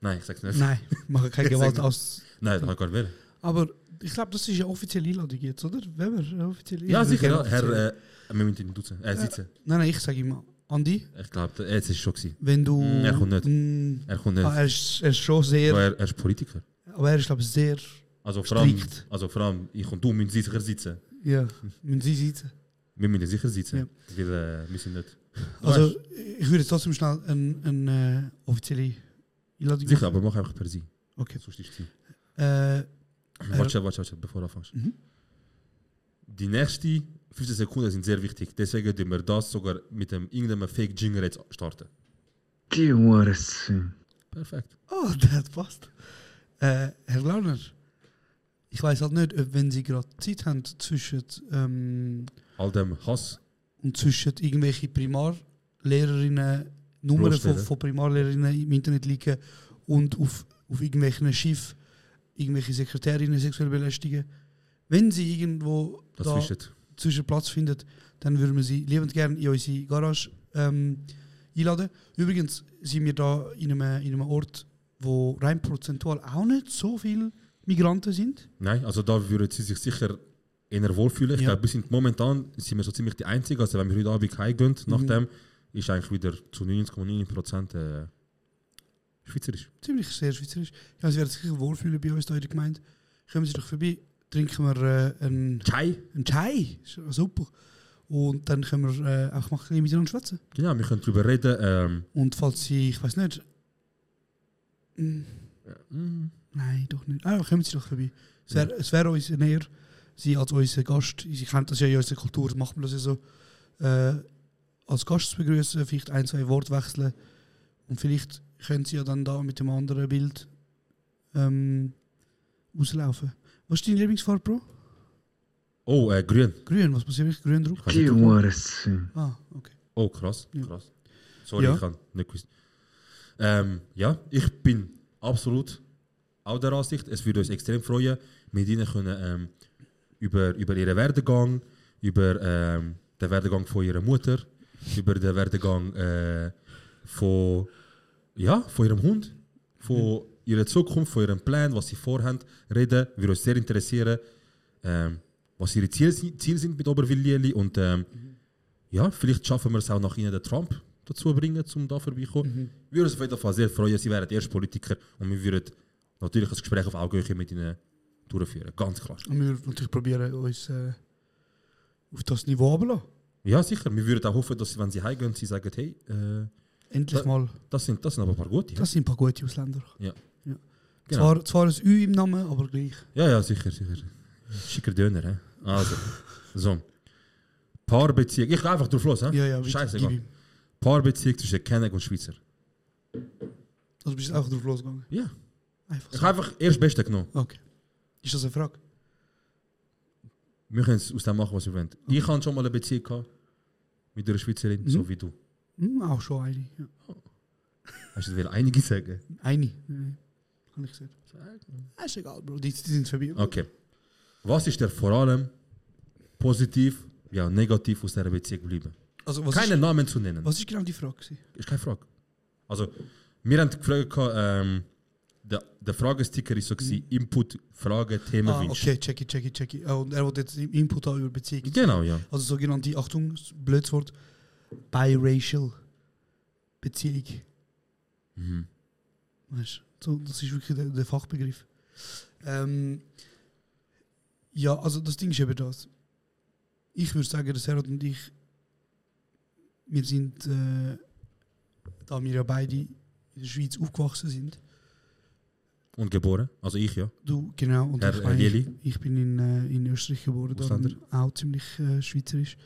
Speaker 11: Nein, ich sag's nicht. (laughs)
Speaker 10: Nein, mache keine
Speaker 11: Sag
Speaker 10: Gewalt
Speaker 11: mal.
Speaker 10: aus.
Speaker 11: Nein, das kann ich gar nicht wählen.
Speaker 10: Aber ich glaube, das ist ja offizielle Einladung jetzt, oder? Wenn wir offiziell
Speaker 11: Ja, sicher. Ja.
Speaker 10: Offiziell.
Speaker 11: Herr, äh, wir müssen ihn duzen. Äh, sitzen.
Speaker 10: Nein, nein, ich sage immer, Andi,
Speaker 11: Ich glaube, äh, es ist schon gewesen.
Speaker 10: wenn du.
Speaker 11: Mm, er kommt nicht.
Speaker 10: Mm,
Speaker 11: Er kommt nicht.
Speaker 10: ah, er, ist, er ist schon
Speaker 11: Ja,
Speaker 10: sehr.
Speaker 11: er, er ist Politiker.
Speaker 10: Aber er ist, glaube ich, sehr.
Speaker 11: Also vor, allem,
Speaker 10: Strikt.
Speaker 11: also vor allem, ich und du müssen sicher sitzen.
Speaker 10: Ja, wenn sie sitzen.
Speaker 11: Wir müssen sicher sitzen.
Speaker 10: Ja.
Speaker 11: Weil äh, wir sind nicht. Du
Speaker 10: Also,
Speaker 11: weißt,
Speaker 10: ich würde jetzt trotzdem schnell eine ein, äh, offizielle Einladung
Speaker 11: sicher, aber mach einfach per se.
Speaker 10: Okay.
Speaker 11: Sonst ist es.
Speaker 10: Äh,
Speaker 11: Warte, warte, warte, bevor du anfängst. Die nächsten 15 Sekunden sind sehr wichtig. Deswegen dürfen wir das sogar mit einem, irgendeinem Fake Jingle jetzt starten. Perfekt.
Speaker 10: oh, (laughs) das passt. Äh, Herr Glauner, ich weiß halt nicht, ob eh, wenn Sie gerade Zeit haben zwischen. Ähm,
Speaker 11: All dem Hass.
Speaker 10: und zwischen irgendwelche Primarlehrerinnen, Nummern von,
Speaker 11: Bloßstellen.
Speaker 10: von Primarlehrerinnen im Internet liegen und auf, auf irgendwelchen Schiffen irgendwelche Sekretärinnen sexuell belästigen. Wenn sie irgendwo
Speaker 11: Das
Speaker 10: da
Speaker 11: wischt.
Speaker 10: zwischen Platz findet, dann würden wir sie liebend gerne in unsere Garage ähm, einladen. Übrigens sind wir da in einem, in einem Ort, wo rein prozentual auch nicht so viele Migranten sind.
Speaker 11: Nein, also da würden sie sich sicher eher wohlfühlen. Ich
Speaker 10: Ja.
Speaker 11: glaube, wir sind momentan sind wir so ziemlich die Einzigen. Also wenn wir heute Abend heimgehen, nach dem ist eigentlich wieder zu 99,9 Prozent äh, schweizerisch.
Speaker 10: ziemlich sehr schweizerisch. Ja, sie werden sich sicher wohlfühlen bei uns da in der Gemeinde. Kommen Sie doch vorbei, trinken wir äh, einen,
Speaker 11: Chai?
Speaker 10: einen Chai, ist ja super. Und dann können wir äh, auch mal ein bisschen miteinander schwätzen.
Speaker 11: Genau, wir können darüber reden. Ähm,
Speaker 10: Und falls Sie, ich weiß nicht, hm,
Speaker 11: mm,
Speaker 10: nein, doch nicht, ah, kommen Sie doch vorbei. Es wäre es wär uns näher, Sie als unseren Gast, Sie kennen das ja in unserer Kultur, macht man das ja so, äh, als Gast zu begrüßen, vielleicht ein, zwei Worte wechseln. Und vielleicht können Sie ja dann da mit dem anderen Bild ähm, rauslaufen. Was ist deine Lieblingsfarbe, Bro?
Speaker 11: oh, äh, grün.
Speaker 10: Grün, was passiert, wenn ich grün drücke?
Speaker 11: Ich weiß nicht,
Speaker 10: Ah, okay.
Speaker 11: Oh, krass,
Speaker 10: Ja.
Speaker 11: krass. Sorry,
Speaker 10: Ja.
Speaker 11: ich kann nicht gewusst. Ähm, ja, ich bin absolut auch der Ansicht. Es würde uns extrem freuen, mit Ihnen können, ähm, über, über Ihren Werdegang, über ähm, den Werdegang von Ihrer Mutter, über den Werdegang äh, von, ja, von Ihrem Hund, von Ihrer Zukunft, von Ihrem Plan, was Sie vorhaben, reden. dus Würde uns sehr interessieren, ähm, was Ihre Ziele, si- Ziele sind mit Obervillieli und ähm, ja, vielleicht schaffen wir es auch nach Ihnen, den Trump dazu bringen, um da vorbeizukommen.
Speaker 10: Mhm.
Speaker 11: Würde uns auf jeden Fall sehr freuen. Sie wären die ersten Politiker und wir würden natürlich ein Gespräch auf Augenhöhe mit Ihnen durchführen. Ganz klar.
Speaker 10: Und wir würden natürlich probieren, uns äh, auf das Niveau runterzulassen.
Speaker 11: Ja, sicher. Wir würden auch hoffen, dass, Sie, wenn Sie heimgehen, Sie sagen, hey, äh,
Speaker 10: Endlich
Speaker 11: Da-
Speaker 10: mal.
Speaker 11: das, sind, das sind aber ein paar gute.
Speaker 10: Das sind ein paar gute Ausländer.
Speaker 11: Ja.
Speaker 10: Ja.
Speaker 11: Genau.
Speaker 10: Zwar, zwar ein Ü im Namen, aber gleich.
Speaker 11: Ja, ja, sicher, sicher. Schicker Döner, hä? Also, so. Paarbeziehung. Ich gehe einfach drauf los, hä?
Speaker 10: Ja, ja, bitte, gib
Speaker 11: Scheißegal.
Speaker 10: ihm.
Speaker 11: Paarbeziehung zwischen Kenneck und Schweizer.
Speaker 10: Also bist du einfach drauf losgegangen.
Speaker 11: Ja.
Speaker 10: Einfach
Speaker 11: Ich
Speaker 10: so.
Speaker 11: habe einfach erst Beste genommen.
Speaker 10: Okay. Ist das eine Frage?
Speaker 11: Wir können es aus dem machen, was wir wollen. Ich hatte schon mal eine Beziehung gehabt mit einer Schweizerin,
Speaker 10: Mhm.
Speaker 11: so wie du.
Speaker 10: Hm, auch schon eine. Ja.
Speaker 11: Hast du will einige sagen?
Speaker 10: Eine. Mhm. Kann ich gesagt. Ah, ist egal, Bro. Die, die sind vorbei.
Speaker 11: Okay. Was ist dir vor allem positiv, ja negativ aus dieser Beziehung geblieben?
Speaker 10: Also, was,
Speaker 11: Keinen
Speaker 10: ist,
Speaker 11: Namen zu nennen.
Speaker 10: was ist genau die Frage? gewesen?
Speaker 11: Ist keine Frage. Also, wir haben gefragt, gehabt, ähm, der, der Fragesticker ist so gewesen, Input, Frage,
Speaker 10: Mhm.
Speaker 11: Thema,
Speaker 10: Ah,
Speaker 11: Wunsch.
Speaker 10: okay, checky, checky, checky. Ah, und er wollte jetzt Input haben über Beziehungen.
Speaker 11: Genau, ja.
Speaker 10: Also sogenannte, Achtung, s- blödes Wort, biracial Beziehung. Weißt du, so, das ist wirklich der, der Fachbegriff. Ähm, ja, also das Ding ist eben das. Ich würde sagen, dass Herat und ich, wir sind, äh, da wir ja beide in der Schweiz aufgewachsen sind,
Speaker 11: Und geboren, also ich ja.
Speaker 10: Du, genau. Und
Speaker 11: Herr,
Speaker 10: ich,
Speaker 11: äh,
Speaker 10: meine, ich,
Speaker 11: Lieli?
Speaker 10: ich bin in, äh, in Österreich geboren, darum auch ziemlich äh, schweizerisch.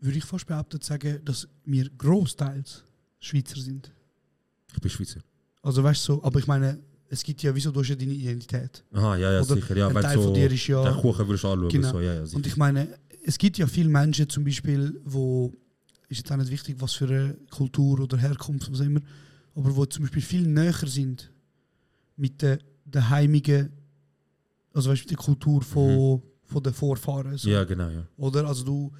Speaker 10: Würde ich fast behaupten zu sagen, dass wir großteils Schweizer sind.
Speaker 11: Ich bin Schweizer.
Speaker 10: Also weißt du, so, aber ich meine, es gibt ja, wieso du hast ja deine Identität.
Speaker 11: Aha, ja, ja,
Speaker 10: Oder
Speaker 11: sicher. Ja,
Speaker 10: ein
Speaker 11: wenn
Speaker 10: Teil
Speaker 11: so
Speaker 10: von dir ist ja-
Speaker 11: den Kuchen würdest du anschauen.
Speaker 10: Genau.
Speaker 11: So, ja, ja,
Speaker 10: Und
Speaker 11: sicher.
Speaker 10: ich meine, es gibt ja viele Menschen zum Beispiel, wo ist jetzt auch nicht wichtig, was für eine Kultur oder Herkunft, was immer, aber wo zum Beispiel viel näher sind mit der, der heimigen,
Speaker 11: Mhm.
Speaker 10: also weißt du, mit der Kultur von, von den Vorfahren. So.
Speaker 11: ja, genau, ja.
Speaker 10: Oder also du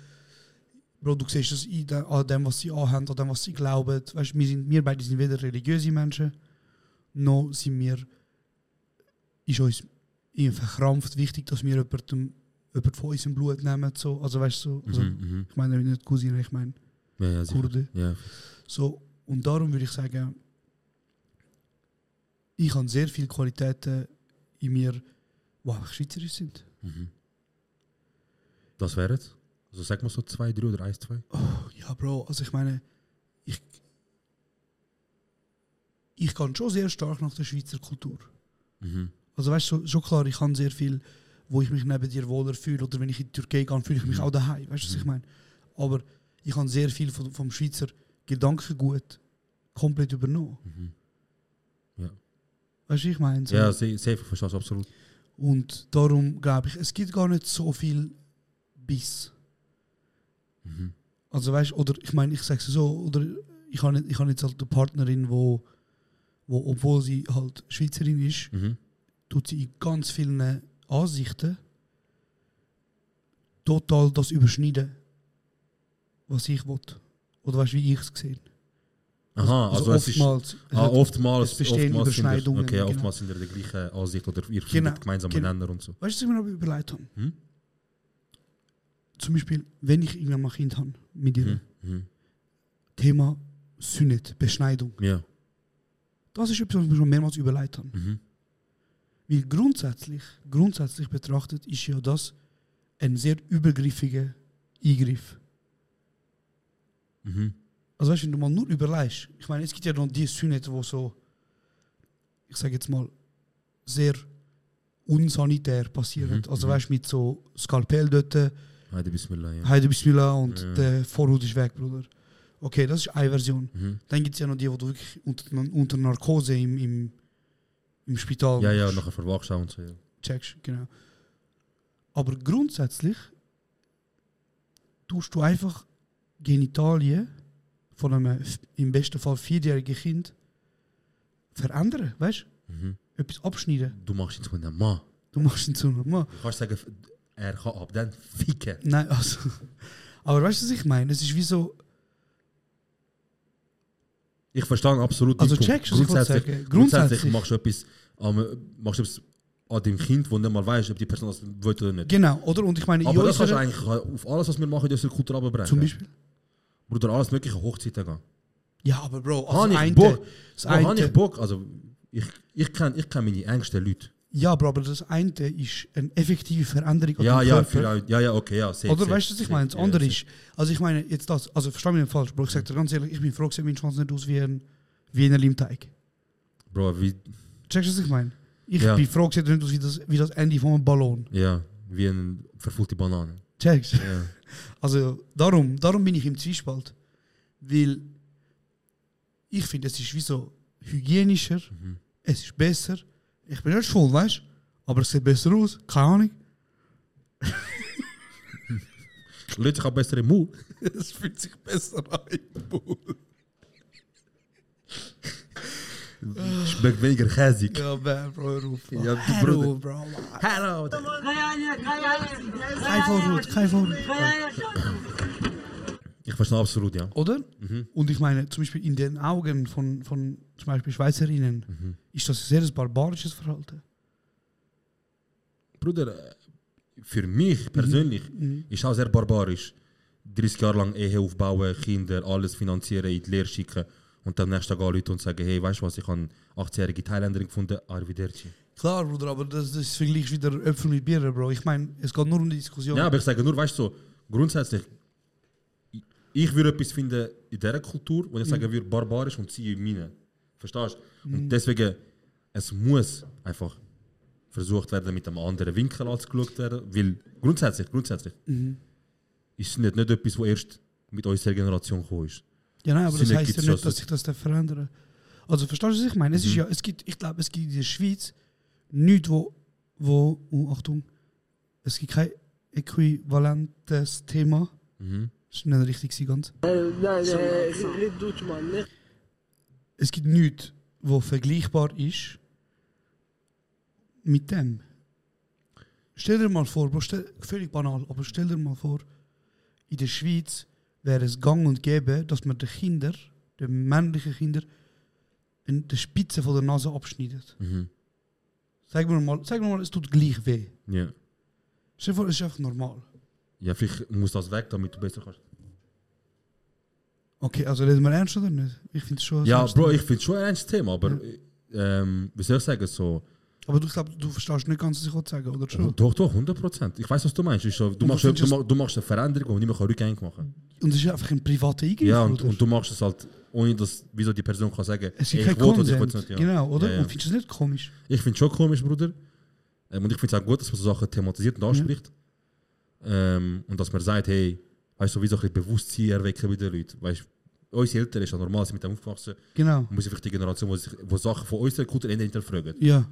Speaker 10: Bro, du siehst es in de- an dem, was sie anhaben, an dem, was sie glauben. Weißt, wir, sind, wir beide sind weder religiöse Menschen, noch sind wir, ist uns irgendwie verkrampft wichtig, dass wir jemanden, jemanden von unserem Blut nehmen. So. Also weißt du, so, also,
Speaker 11: Mhm,
Speaker 10: ich meine nicht Cousine, ich meine
Speaker 11: mhm. Ja, ja, sicher.
Speaker 10: Kurden.
Speaker 11: Ja.
Speaker 10: So, und darum würde ich sagen, ich habe sehr viele Qualitäten in mir, die einfach Schweizerisch sind.
Speaker 11: Das wäre es. Also sag mal so zwei, drei oder eins, zwei.
Speaker 10: Ja, Bro, also ich meine, ich. Ich kann schon sehr stark nach der Schweizer Kultur.
Speaker 11: Mhm.
Speaker 10: Also weißt du, schon klar, ich kann sehr viel, wo ich mich neben dir wohler fühle oder wenn ich in die Türkei gehe, fühle ich
Speaker 11: Mhm.
Speaker 10: mich auch daheim. Weißt du, was ich meine? Aber ich habe sehr viel von, vom Schweizer Gedankengut komplett übernommen.
Speaker 11: Mhm. Ja.
Speaker 10: Weißt du, wie ich meine? So.
Speaker 11: Ja, safe, safe, ich verstehe es absolut.
Speaker 10: Und darum glaube ich, es gibt gar nicht so viel Biss. Also weißt oder ich meine, ich sage es so, oder ich habe ich hab jetzt halt eine Partnerin, wo, wo obwohl sie halt Schweizerin ist,
Speaker 11: Mhm.
Speaker 10: tut sie in ganz vielen Ansichten total das überschneiden, was ich will. Oder weißt wie ich es sehe.
Speaker 11: Aha, also, es ist.
Speaker 10: oftmals. es
Speaker 11: Ah,
Speaker 10: hat-
Speaker 11: oftmals,
Speaker 10: es bestehen
Speaker 11: oftmals sind wir,
Speaker 10: Überschneidungen,
Speaker 11: okay,
Speaker 10: genau.
Speaker 11: oftmals sind wir der gleichen Ansicht oder ihr findet
Speaker 10: Genau,
Speaker 11: gemeinsam
Speaker 10: genau.
Speaker 11: miteinander und so.
Speaker 10: Weißt du, was ich mir aber überlegt habe?
Speaker 11: Hm?
Speaker 10: Zum Beispiel, wenn ich irgendwann mal ein Kind habe mit ihr,
Speaker 11: Mhm.
Speaker 10: Thema Sünnet, Beschneidung.
Speaker 11: Ja.
Speaker 10: Das ist etwas, was wir schon mehrmals überlegt haben.
Speaker 11: Mhm.
Speaker 10: Weil grundsätzlich, grundsätzlich betrachtet ist ja das ein sehr übergriffiger Eingriff.
Speaker 11: Mhm.
Speaker 10: Also weißt du, wenn du mal nur überlegst, ich meine, es gibt ja noch die Sünnete, die so, ich sage jetzt mal, sehr unsanitär passieren.
Speaker 11: Mhm.
Speaker 10: Also weißt du, mit so Skalpell dort,
Speaker 11: Heide Bismillah, ja.
Speaker 10: Heide Bismillah und der Vorhut ist weg, Bruder. Okay, das ist eine Version.
Speaker 11: Mhm.
Speaker 10: Dann gibt es ja noch die, die du wirklich unter, unter Narkose im, im, im Spital
Speaker 11: Ja, ja,
Speaker 10: machst.
Speaker 11: nachher verwachst und so. Ja.
Speaker 10: checkst, genau. Aber grundsätzlich tust du einfach Genitalien von einem f- im besten Fall vierjährigen Kind verändern, weißt du?
Speaker 11: Mhm.
Speaker 10: Etwas abschneiden.
Speaker 11: Du machst ihn zu einem Mann.
Speaker 10: Du machst ihn zu einem Mann.
Speaker 11: Du kannst sagen, er kann ab dann ficken.
Speaker 10: Nein, also. (laughs) Aber weißt du, was ich meine? Es ist wie so.
Speaker 11: Ich verstehe absolut
Speaker 10: Also
Speaker 11: Punkt.
Speaker 10: checkst du, was ich wollte
Speaker 11: grundsätzlich,
Speaker 10: sagen?
Speaker 11: grundsätzlich,
Speaker 10: Grundsätzlich.
Speaker 11: machst du etwas, am- machst du etwas an dem Kind, wo nicht mal weißt, ob die Person das will oder nicht.
Speaker 10: Genau, oder? Und ich meine, in
Speaker 11: Aber das kannst du
Speaker 10: unserer-
Speaker 11: eigentlich auf alles, was wir machen, in unserer Kultur abbrechen.
Speaker 10: Zum Beispiel?
Speaker 11: Bruder, alles mögliche Hochzeiten gehen.
Speaker 10: Ja, aber Bro, also
Speaker 11: Habe
Speaker 10: eine-
Speaker 11: ich Bock?
Speaker 10: das
Speaker 11: Bro, Habe
Speaker 10: eine-
Speaker 11: ich Bock? Also, ich, ich kenne ich kenn meine engsten Leute.
Speaker 10: Ja, Bro, aber das eine ist eine effektive Veränderung an
Speaker 11: Ja,
Speaker 10: deinem
Speaker 11: ja,
Speaker 10: Körper.
Speaker 11: vielleicht. Ja, ja, okay, ja. Safe,
Speaker 10: Oder
Speaker 11: safe,
Speaker 10: weißt du, was ich
Speaker 11: safe,
Speaker 10: meine? Das
Speaker 11: ja,
Speaker 10: andere
Speaker 11: safe.
Speaker 10: ist, also ich meine, jetzt das, also versteh mich nicht falsch, Bro, ich sag dir ganz ehrlich, ich bin froh, gewesen, mein Schwanz nicht aus wie ein Wiener Limteig.
Speaker 11: Bro, wie,
Speaker 10: Checkst du, was ich meine? Ich
Speaker 11: Ja.
Speaker 10: bin froh, gewesen, dass er nicht aus wie das, wie das Ende von einem Ballon.
Speaker 11: ja, wie eine verfüllte Banane.
Speaker 10: Checkst du?
Speaker 11: Ja.
Speaker 10: (laughs) Also darum, darum bin ich im Zwiespalt. Weil ich finde, es ist wie so hygienischer, es ist besser. Ich bin nicht schwul, weißt du? Aber es sieht besser aus, keine Ahnung.
Speaker 11: Leute, ich habe bessere Mund.
Speaker 10: (laughs) Es fühlt sich besser an.
Speaker 11: Schmeckt weniger käsig.
Speaker 10: Ja, man, Bro, hör auf.
Speaker 11: Ja, du
Speaker 10: Hör
Speaker 11: Bruder.
Speaker 10: auf, Bro.
Speaker 11: Hallo!
Speaker 10: Kein Vorhut, kein Vorhut.
Speaker 11: Ich verstehe absolut, ja.
Speaker 10: Oder? Und ich meine, zum Beispiel in den Augen von, von zum Beispiel Schweizerinnen ist das ein sehr barbarisches Verhalten.
Speaker 11: Bruder, für
Speaker 10: Mhm.
Speaker 11: mich persönlich ist auch sehr barbarisch. 30 Jahre lang Ehe aufbauen, Kinder, alles finanzieren, in die Lehre schicken und am nächsten Tag Leute und sagen, hey, weißt du was, ich habe eine 18-jährige Thailänderin gefunden, Arrivederci.
Speaker 10: Klar, Bruder, aber das, das ist vergleichst wieder Äpfel mit Bier, Bro. Ich meine, es geht nur um die Diskussion.
Speaker 11: Ja, aber ich sage nur, weißt du, so, grundsätzlich, ich- ich würde etwas finden in dieser Kultur, wo ich sage, wir barbarisch und sie in meine. Verstehst du? Und deswegen, es muss einfach versucht werden, mit einem anderen Winkel angeschaut werden, weil grundsätzlich, grundsätzlich, ist es nicht, nicht etwas, was erst mit unserer Generation gekommen ist.
Speaker 10: Ja, nein, aber das
Speaker 11: Sinne
Speaker 10: heißt ja
Speaker 11: gibt's
Speaker 10: nicht,
Speaker 11: ja
Speaker 10: dass sich das dann verändert. Also verstehst du, was ich meine? Es ist ja, es gibt, ich glaube, es gibt in der Schweiz nichts, wo, wo, oh, Achtung, es gibt kein äquivalentes Thema. Ist nicht richtig gewesen, ganz. Es gibt nichts, wo vergleichbar ist mit dem. Stell dir mal vor, Bro, stell, völlig banal, aber stell dir mal vor, in der Schweiz wäre es gang und gäbe, dass man den Kindern, den männlichen Kindern, in die Spitze von der Nase abschneidet.
Speaker 11: Mhm.
Speaker 10: Sagen wir mal, sagen wir mal es tut gleich weh.
Speaker 11: Ja.
Speaker 10: Stell dir vor, es ist einfach normal.
Speaker 11: ja, vielleicht muss das weg, damit du besser kannst.
Speaker 10: Okay, also reden wir ernst oder nicht? Ich finde es schon.
Speaker 11: Ja,
Speaker 10: ernst.
Speaker 11: Bro, ich finde schon ein ernstes Thema, aber ähm, wie soll ich sagen, so.
Speaker 10: Aber du glaubst, du verstehst nicht ganz, was ich wollte sagen, oder schon?
Speaker 11: Doch, doch, 100%. Ich weiß, was du meinst. Ist so, du,
Speaker 10: Und
Speaker 11: machst,
Speaker 10: du findest
Speaker 11: du, ma- du machst eine Veränderung, die nicht mehr rückgängig machen kann.
Speaker 10: Und es ist einfach ein privater Eingriff.
Speaker 11: Ja, und,
Speaker 10: oder?
Speaker 11: und du machst es halt, ohne dass wieso die Person kann sagen
Speaker 10: es
Speaker 11: "Ey,
Speaker 10: gibt
Speaker 11: ich
Speaker 10: keinen
Speaker 11: will oder ich
Speaker 10: Konsens.
Speaker 11: will's nicht, ja.
Speaker 10: Genau, oder?
Speaker 11: Ja, ja.
Speaker 10: Und findest du es nicht komisch?
Speaker 11: Ich finde es schon komisch, Bruder. Ähm, Und ich finde es auch gut, dass man so Sachen thematisiert und anspricht. Ähm, und dass man sagt, hey, weißt du, wie so ein bisschen Bewusstsein erwecken bei den Leuten. Weißt du, unsere Eltern ist ja normal, sie sind mit dem aufgewachsen.
Speaker 10: Genau.
Speaker 11: Und wir sind vielleicht die Generation, die sich, wo Sachen von unserer Kultur nicht hinterfragen.
Speaker 10: Ja.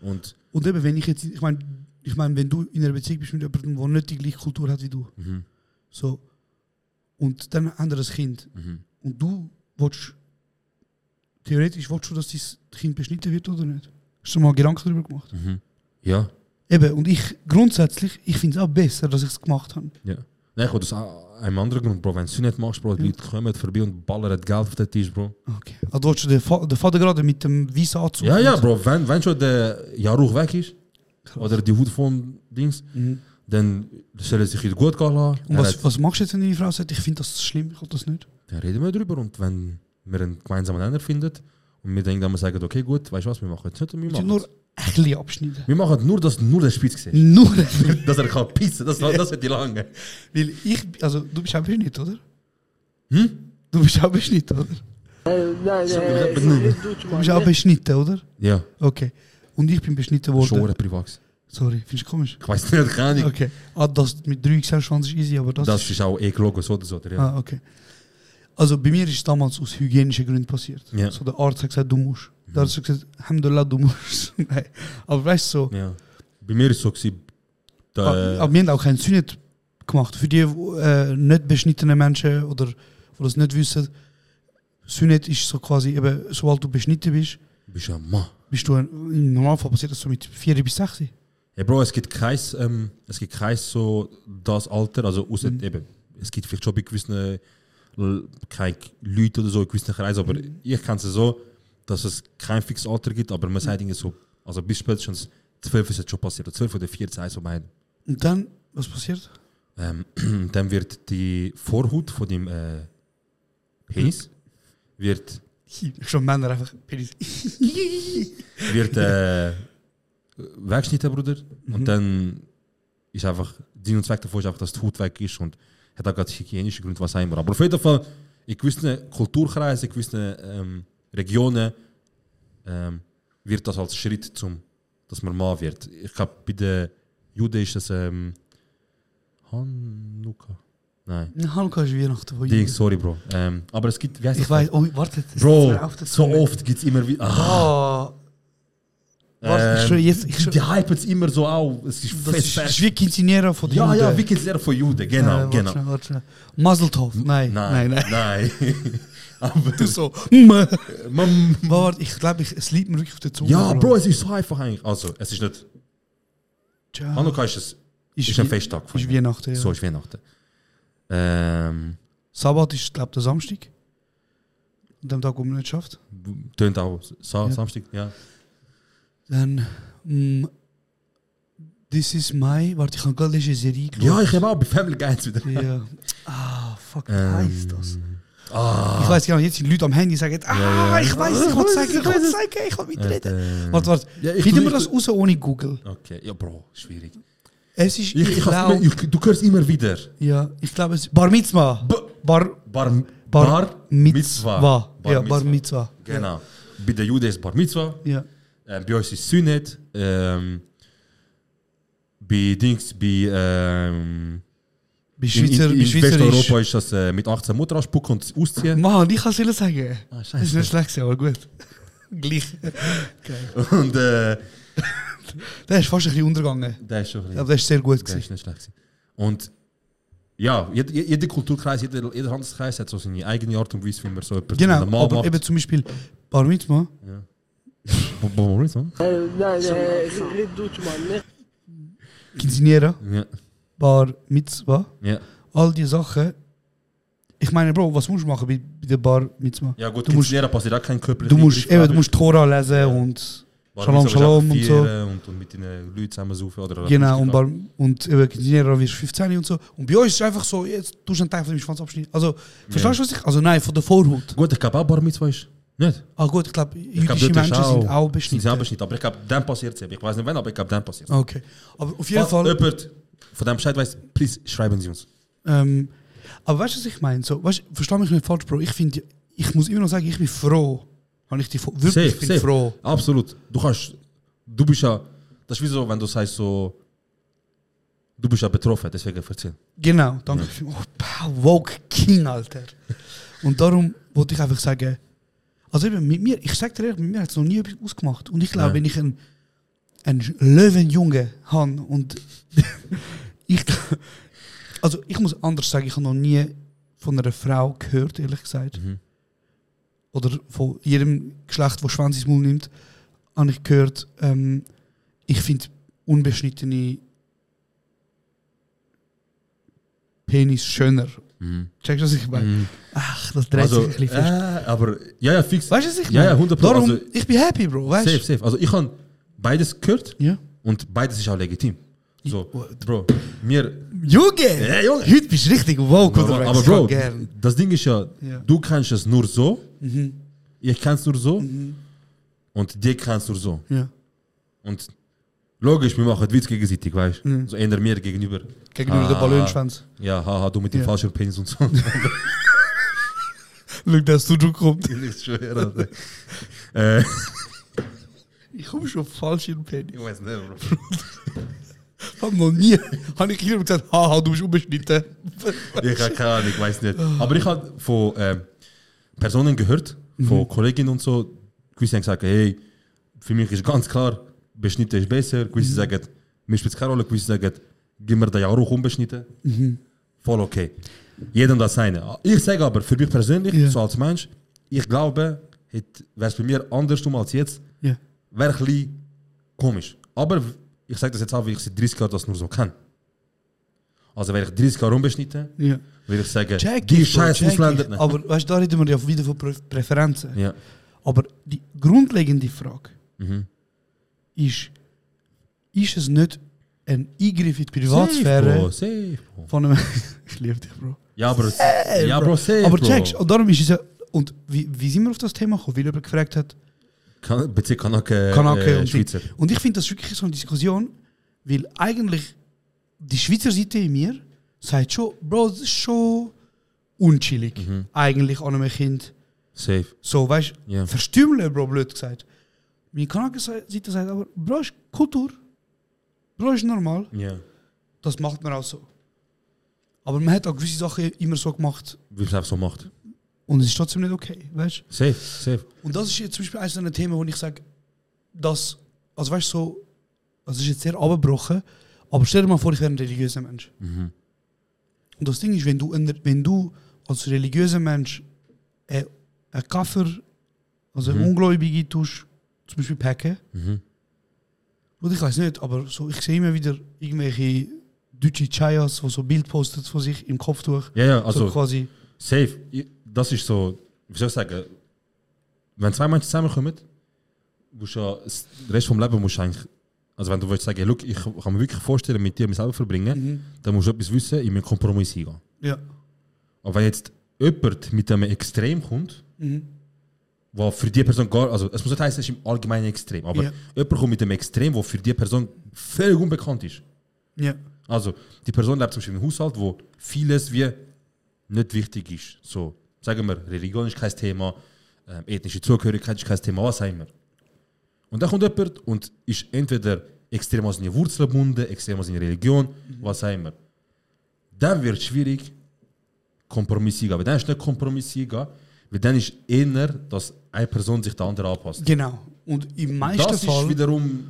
Speaker 11: Und
Speaker 10: Und eben, wenn ich jetzt, ich meine, ich meine, wenn du in einer Beziehung bist mit jemandem, der nicht die gleiche Kultur hat wie du,
Speaker 11: Mhm.
Speaker 10: so, und dann ein anderes Kind,
Speaker 11: Mhm.
Speaker 10: und du willst, theoretisch willst du, dass dein Kind beschnitten wird oder nicht? Hast du dir mal Gedanken darüber gemacht?
Speaker 11: Mhm. ja,
Speaker 10: Eben, und ich grundsätzlich, ich finde es auch besser, dass ich es gemacht habe.
Speaker 11: ja. dus, Nein, ich will das auch einem anderen Grund, Bro. Wenn du es nicht machst, Bro, die Leute kommen vorbei und ballern Geld auf den Tisch, Bro.
Speaker 10: Okay. Also willst du den, Fa den Vater gerade mit dem weißen Anzug?
Speaker 11: Ja, ja,
Speaker 10: und-
Speaker 11: Bro, wenn, wenn schon der Jaruch weg ist, oder die Hut von Dings, dann sollen sie sich gut gehen lassen.
Speaker 10: Und
Speaker 11: Er
Speaker 10: was,
Speaker 11: hat-
Speaker 10: was machst du jetzt, wenn deine Frau sagt, ich finde das schlimm, ich will das nicht?
Speaker 11: Dann reden wir drüber und wenn wir einen gemeinsamen Nenner finden und wir denken, dann sagen, okay, gut, weißt du was, wir machen jetzt nicht, und wir
Speaker 10: Ich will
Speaker 11: machen
Speaker 10: nur
Speaker 11: nur,
Speaker 10: ein bisschen abschneiden.
Speaker 11: wir machen nur, dass nur der Spitz siehst.
Speaker 10: Nur ein bisschen.
Speaker 11: (laughs) dass er kann pissen, das, das wird die lange.
Speaker 10: Weil ich, also du bist auch beschnitten, oder? Hm?
Speaker 11: Hm?
Speaker 10: Du bist auch beschnitten, oder? Du bist auch beschnitten, oder?
Speaker 11: Ja,
Speaker 10: Okay. Und ich bin beschnitten worden.
Speaker 11: schon privat. gewesen.
Speaker 10: Sorry, findest du komisch?
Speaker 11: Ich weiß nicht, keine Ahnung.
Speaker 10: Okay. Ah, das mit drei Gesellschaften ist easy, aber das,
Speaker 11: Das ist auch eh gelogen, so oder so. Oder? Ja.
Speaker 10: Ah, okay. Also bei mir ist es damals aus hygienischen Gründen passiert.
Speaker 11: Ja.
Speaker 10: So der Arzt hat gesagt, du musst. Der Arzt hat gesagt, Alhamdulillah, du musst. (laughs) Nein. Aber weißt du, so,
Speaker 11: ja. Bei mir ist es so, gewesen, äh,
Speaker 10: Ah,
Speaker 11: der,
Speaker 10: Aber wir haben auch keinen Sünnet gemacht. Für die wo,
Speaker 11: eh,
Speaker 10: äh, nicht beschnittenen Menschen oder die das nicht wissen, Sünnet ist so quasi, eben, sobald du beschnitten bist,
Speaker 11: bist du ein Mann.
Speaker 10: bist du ein, im Normalfall passiert das so mit 4 bis 6.
Speaker 11: Ja, Bro, es gibt kein, ähm, es gibt kein so das Alter, also außer
Speaker 10: Mhm.
Speaker 11: eben, es gibt vielleicht schon bei gewissen äh, L- keine Leute oder so, in gewissen Kreisen, aber
Speaker 10: Mhm.
Speaker 11: ich kenne es so, dass es kein fixes Alter gibt, aber man sagt
Speaker 10: Mhm.
Speaker 11: irgendwie so, also bis spätestens 12 ist jetzt schon passiert, oder 12 oder 14, so mein.
Speaker 10: Und dann, was passiert?
Speaker 11: Ähm, dann wird die Vorhut von dem äh, Penis,
Speaker 10: Mhm.
Speaker 11: wird,
Speaker 10: Schon Männer einfach Penis. (laughs)
Speaker 11: wird äh, weggeschnitten, Bruder, und dann ist einfach, Sinn und Zweck davon ist einfach, dass die Haut weg ist und hat auch gerade hygienische Gründe, was auch immer. Aber auf jeden Fall, in gewissen Kulturkreisen, in gewissen ähm, Regionen ähm, wird das als Schritt zum, dass man Mann wird. Ich glaube, bei den Juden ist das ähm, Hanukkah. Nein.
Speaker 10: Ein Hanukkah ist Weihnachten von
Speaker 11: Ding,
Speaker 10: Juden.
Speaker 11: sorry, Bro. Ähm, aber es gibt, wie heißt
Speaker 10: Ich
Speaker 11: das?
Speaker 10: weiß, oh, wartet. das ist
Speaker 11: Bro,
Speaker 10: mir auf der
Speaker 11: so
Speaker 10: Zunge.
Speaker 11: oft gibt es immer wieder. Ah,
Speaker 10: Ah, warte, ich
Speaker 11: ähm,
Speaker 10: schwöre, jetzt, ich schwöre,
Speaker 11: die hypen es immer so auf. Es ist
Speaker 10: das
Speaker 11: fest,
Speaker 10: ist, das ist
Speaker 11: fest.
Speaker 10: wie Quinceanera von den
Speaker 11: Ja, ja,
Speaker 10: Juden.
Speaker 11: wie geht's der von Juden? Genau,
Speaker 10: Äh, warte
Speaker 11: genau.
Speaker 10: schnell, warte schnell. Mazel Tov. Nein, nein, nein.
Speaker 11: nein.
Speaker 10: (laughs)
Speaker 11: Aber
Speaker 10: Du so, mm.
Speaker 11: man,
Speaker 10: Maar wacht, ik geloof, ik- het liep me wirklich auf der Zunge.
Speaker 11: ja, Bro, es ist so einfach eigentlich. Also, es ist nicht.
Speaker 10: Tja.
Speaker 11: Hanukkah ist, es, ist,
Speaker 10: Ist
Speaker 11: ein
Speaker 10: wie-
Speaker 11: Festtag. von
Speaker 10: Ist
Speaker 11: ihnen.
Speaker 10: Weihnachten, ja.
Speaker 11: So ist Weihnachten. Ähm,
Speaker 10: Sabbat ist, glaube ich, der Samstag. An dem Tag, wo man nicht schafft.
Speaker 11: tönt auch Sa Samstag, ja.
Speaker 10: Dann, mm, This is my... Warte, ich habe gerade letzte Serie geschaut.
Speaker 11: Ja, ich habe auch bei Family Guides wieder.
Speaker 10: Ja. Ah, fuck, wie
Speaker 11: Ähm, ah.
Speaker 10: heisst das? Ich weiß genau, jetzt die Leute am Handy sagen, ah,
Speaker 11: ja.
Speaker 10: ich weiß, ich will zeigen, ich will zeigen, ich will mitreden.
Speaker 11: Ähm,
Speaker 10: Warte, warte,
Speaker 11: Ja, ich-
Speaker 10: finden wir
Speaker 11: ich-
Speaker 10: das raus ohne Google?
Speaker 11: Okay, ja, Bro, schwierig.
Speaker 10: Es ist,
Speaker 11: Ich,
Speaker 10: ich,
Speaker 11: ich,
Speaker 10: glaube,
Speaker 11: ich, du hörst immer wieder.
Speaker 10: ja, ich glaube, es Bar Mitzvah.
Speaker 11: B-
Speaker 10: Bar,
Speaker 11: Bar,
Speaker 10: Bar, Mitzvah.
Speaker 11: Bar
Speaker 10: ja, Bar Mitzvah.
Speaker 11: Genau. Bei den Juden ist Bar Mitzvah.
Speaker 10: Ja.
Speaker 11: Äh, bei uns ist Sünet. Ähm, bei Dings, bei. Ähm,
Speaker 10: Bei Schweizer,
Speaker 11: in, in,
Speaker 10: bei
Speaker 11: in
Speaker 10: Schweizerisch.
Speaker 11: Westeuropa ist das äh, mit 18 Mutter anspucken und ausziehen.
Speaker 10: Mann, ich kann es dir sagen.
Speaker 11: Ah, scheiße.
Speaker 10: das ist nicht schlecht, gewesen, aber
Speaker 11: (laughs)
Speaker 10: gut. Gleich.
Speaker 11: Und äh,
Speaker 10: Der ist fast ein bisschen untergegangen.
Speaker 11: der ist schon ein bisschen-
Speaker 10: Aber der ist sehr gut.
Speaker 11: Der ist
Speaker 10: Gewesen.
Speaker 11: nicht schlecht. gewesen. Und ja, jeder, jeder Kulturkreis, jeder, jeder Handelskreis hat so seine eigene Art und Weise, wie man so etwas
Speaker 10: Genau,
Speaker 11: normal
Speaker 10: aber
Speaker 11: macht.
Speaker 10: eben zum Beispiel Bar Mitzvah.
Speaker 11: Bo- Bo- Maurice, oder?
Speaker 10: Quinceanera,
Speaker 11: Ja,
Speaker 10: Bar Mitzvah.
Speaker 11: ja.
Speaker 10: All die Sachen Ich meine, Bro, was musst du machen bei, bei der Bar mitzumachen?
Speaker 11: Ja gut,
Speaker 10: du musst,
Speaker 11: Lehrer passiert auch kein Körper.
Speaker 10: du musst, eben, du musst Tora lesen und Shalom, Shalom und so.
Speaker 11: Und, und mit den Leuten zusammen saufen. Oder
Speaker 10: Genau, und, bar, und eben Quintinera wirst 15 und so. Und bei uns ist es einfach so, jetzt tust du einen Teil von deinem Schwanz abschneiden. Also, verstehst du, was ich... Also nein, von der Vorhaut.
Speaker 11: Gut, ich glaube auch Bar Mitzwa ist. Nicht?
Speaker 10: Ah gut, ich glaube,
Speaker 11: Ich glaube,
Speaker 10: jüdische
Speaker 11: dort ist
Speaker 10: Menschen sind auch beschnitten.
Speaker 11: Sind auch beschnitten, aber ich glaube, dann passiert es eben. Ich weiß nicht wann, aber ich glaube, dann passiert es.
Speaker 10: Okay. Aber auf jeden
Speaker 11: Falls
Speaker 10: Fall...
Speaker 11: jemand von dem Bescheid weiß, please schreiben Sie uns.
Speaker 10: Ähm, aber weißt du, was ich meine? So, weißt, versteh mich nicht falsch, Bro. Ich finde, ich muss immer noch sagen, ich bin froh. Habe ich die Fo- wirklich ich bin froh.
Speaker 11: Absolut. Du kannst, du bist ja, das ist wie so, wenn du sagst so, du bist ja betroffen, deswegen erzähl.
Speaker 10: Genau, danke. Ja. Oh, pow, woke King, Alter. Und darum wollte ich einfach sagen, also eben mit mir, ich sag dir ehrlich, mit mir hat es noch nie etwas ausgemacht. Und ich glaube,
Speaker 11: Nein.
Speaker 10: wenn ich einen, einen Löwenjunge habe und (laughs) ich, also ich muss anders sagen, ich habe noch nie von einer Frau gehört, ehrlich gesagt.
Speaker 11: Mhm.
Speaker 10: Oder von jedem Geschlecht, das Schwanz ins Maul nimmt, habe ich gehört, ähm, ich finde unbeschnittene Penis schöner. Checkst du, was ich meine? Ach, das dreht sich ein bisschen fest.
Speaker 11: Mhm. äh, aber, ja, ja, fix.
Speaker 10: Weißt du, was ich
Speaker 11: Ja, ja, 100
Speaker 10: Darum,
Speaker 11: Also,
Speaker 10: ich bin happy, Bro, weißt
Speaker 11: safe,
Speaker 10: du?
Speaker 11: safe. Also ich habe beides gehört
Speaker 10: Ja.
Speaker 11: und beides ist auch legitim. So, Bro, mir,
Speaker 10: Junge!
Speaker 11: Ja, Junge.
Speaker 10: Heute bist du richtig woke
Speaker 11: Aber,
Speaker 10: unterwegs.
Speaker 11: aber
Speaker 10: Ich kann
Speaker 11: Bro,
Speaker 10: gern.
Speaker 11: das Ding ist ja,
Speaker 10: Ja. Mhm.
Speaker 11: du kannst es nur so, ich kann es nur so und dir kannst nur so.
Speaker 10: Ja.
Speaker 11: Und logisch, wir machen Witz gegenseitig, weißt du?
Speaker 10: Mhm.
Speaker 11: So einer mir gegenüber.
Speaker 10: Gegenüber
Speaker 11: Ah.
Speaker 10: der Ballonschwanz.
Speaker 11: Ja, haha, du mit dem
Speaker 10: Ja.
Speaker 11: falschen Penis und so. (laughs)
Speaker 10: Schau, dass du du (laughs) kommst.
Speaker 11: ich schwöre, Alter. äh,
Speaker 10: Ich komme schon falsch in den Penis.
Speaker 11: ich weiß nicht, Bro.
Speaker 10: Ich habe noch nie. habe ich hier gesagt, haha, du bist
Speaker 11: (laughs)
Speaker 10: unbeschnitten.
Speaker 11: Ich habe keine Ahnung, ich weiß nicht. Aber ich habe von ähm, Personen gehört, von Kolleginnen und so, gewisse haben gesagt, hey, für mich ist ganz klar, beschnitten ist besser. Gewisse sagen, mir spielt es keine Rolle. Gewisse sagen, gib mir den Jauch unbeschnitten. Voll okay. Jedem das seine. Ich sage aber, für mich persönlich,
Speaker 10: Ja.
Speaker 11: so als Mensch, ich glaube, wäre es bei mir andersrum als jetzt,
Speaker 10: Ja.
Speaker 11: wäre ein bisschen komisch. Aber ich sage das jetzt auch, weil ich seit 30 Jahren das nur so kann. Also wäre ich 30 Jahre unbeschnitten,
Speaker 10: Ja.
Speaker 11: würde ich sagen,
Speaker 10: Check
Speaker 11: die Oh,
Speaker 10: ich, Bro,
Speaker 11: scheiß
Speaker 10: check
Speaker 11: Ausländer.
Speaker 10: ich.
Speaker 11: Nein.
Speaker 10: Aber weißt du, da reden wir ja wieder von Prä- Präferenzen.
Speaker 11: ja. Mhm.
Speaker 10: Aber die grundlegende Frage ist: Ist es nicht ein Eingriff in die
Speaker 11: Safe,
Speaker 10: Privatsphäre
Speaker 11: Bro, safe, Bro.
Speaker 10: von (laughs) einem. ich liebe dich, Bro.
Speaker 11: Ja, aber, ja, bro, oh. safe,
Speaker 10: Aber
Speaker 11: bro.
Speaker 10: checkst, und darum ist es ja. Und wie, wie sind wir auf das Thema gekommen? Weil jemand gefragt hat,
Speaker 11: Kan Bezirk Kanake,
Speaker 10: Kanake
Speaker 11: äh,
Speaker 10: und
Speaker 11: Schweizer.
Speaker 10: Ding. Und ich finde das wirklich so eine Diskussion, weil eigentlich die Schweizer Seite in mir sagt schon, Bro, das ist schon unchillig. Eigentlich an einem Kind.
Speaker 11: Safe.
Speaker 10: So, weißt du,
Speaker 11: Mhm. Ja.
Speaker 10: verstümmeln, Bro, blöd gesagt. Meine Kanake-Seite sagt aber, Bro, ist Kultur. Bro, ist normal.
Speaker 11: Ja.
Speaker 10: Das macht man auch so. Aber man hat auch gewisse Sachen immer so gemacht
Speaker 11: Wie man es so macht.
Speaker 10: und es ist trotzdem nicht okay, weißt du?
Speaker 11: Safe, safe.
Speaker 10: Und das ist jetzt zum Beispiel eines der Themen, wo ich sage, dass, also weißt du, so, das ist jetzt sehr abgebrochen, aber stell dir mal vor, ich wäre ein religiöser Mensch.
Speaker 11: Mhm.
Speaker 10: Und das Ding ist, wenn du, ein- wenn du als religiöser Mensch einen einen Kaffer, also
Speaker 11: Mhm.
Speaker 10: einen Ungläubige tust, zum Beispiel packen, und ich weiß nicht, aber so, ich sehe immer wieder irgendwelche deutsche Chayas, die so Bild postet von sich im Kopftuch.
Speaker 11: Ja, ja, also-
Speaker 10: So quasi,
Speaker 11: Safe. I- Das ist so, wie soll ich sagen, wenn zwei Menschen zusammenkommen, musst du ja, s- den Rest vom Leben musst du eigentlich, also wenn du willst sagen, hey, look, ich kann mir wirklich vorstellen, mit dir mein Leben verbringen, dann musst du etwas wissen, ich muss Kompromiss eingehen.
Speaker 10: ja.
Speaker 11: Aber wenn jetzt jemand mit einem Extrem kommt, wo für die Person gar, also es muss nicht heißen, es ist im Allgemeinen extrem, aber
Speaker 10: Ja.
Speaker 11: jemand kommt mit einem Extrem, wo für die Person völlig unbekannt ist.
Speaker 10: ja.
Speaker 11: Also die Person lebt zum Beispiel in einem Haushalt, wo vieles wie nicht wichtig ist. So, sagen wir, Religion ist kein Thema, ähm, ethnische Zugehörigkeit ist kein Thema, was auch immer. Und dann kommt jemand und ist entweder extrem an seine Wurzeln gebunden, extrem an seine Religion,
Speaker 10: Mhm.
Speaker 11: was auch immer. Dann wird es schwierig, Kompromisse zu gehen. Aber dann ist nicht Kompromisse zu gehen, weil dann ist eher, dass eine Person sich der andere anpasst.
Speaker 10: Genau. Und im meisten
Speaker 11: Das
Speaker 10: Fall.
Speaker 11: ist wiederum...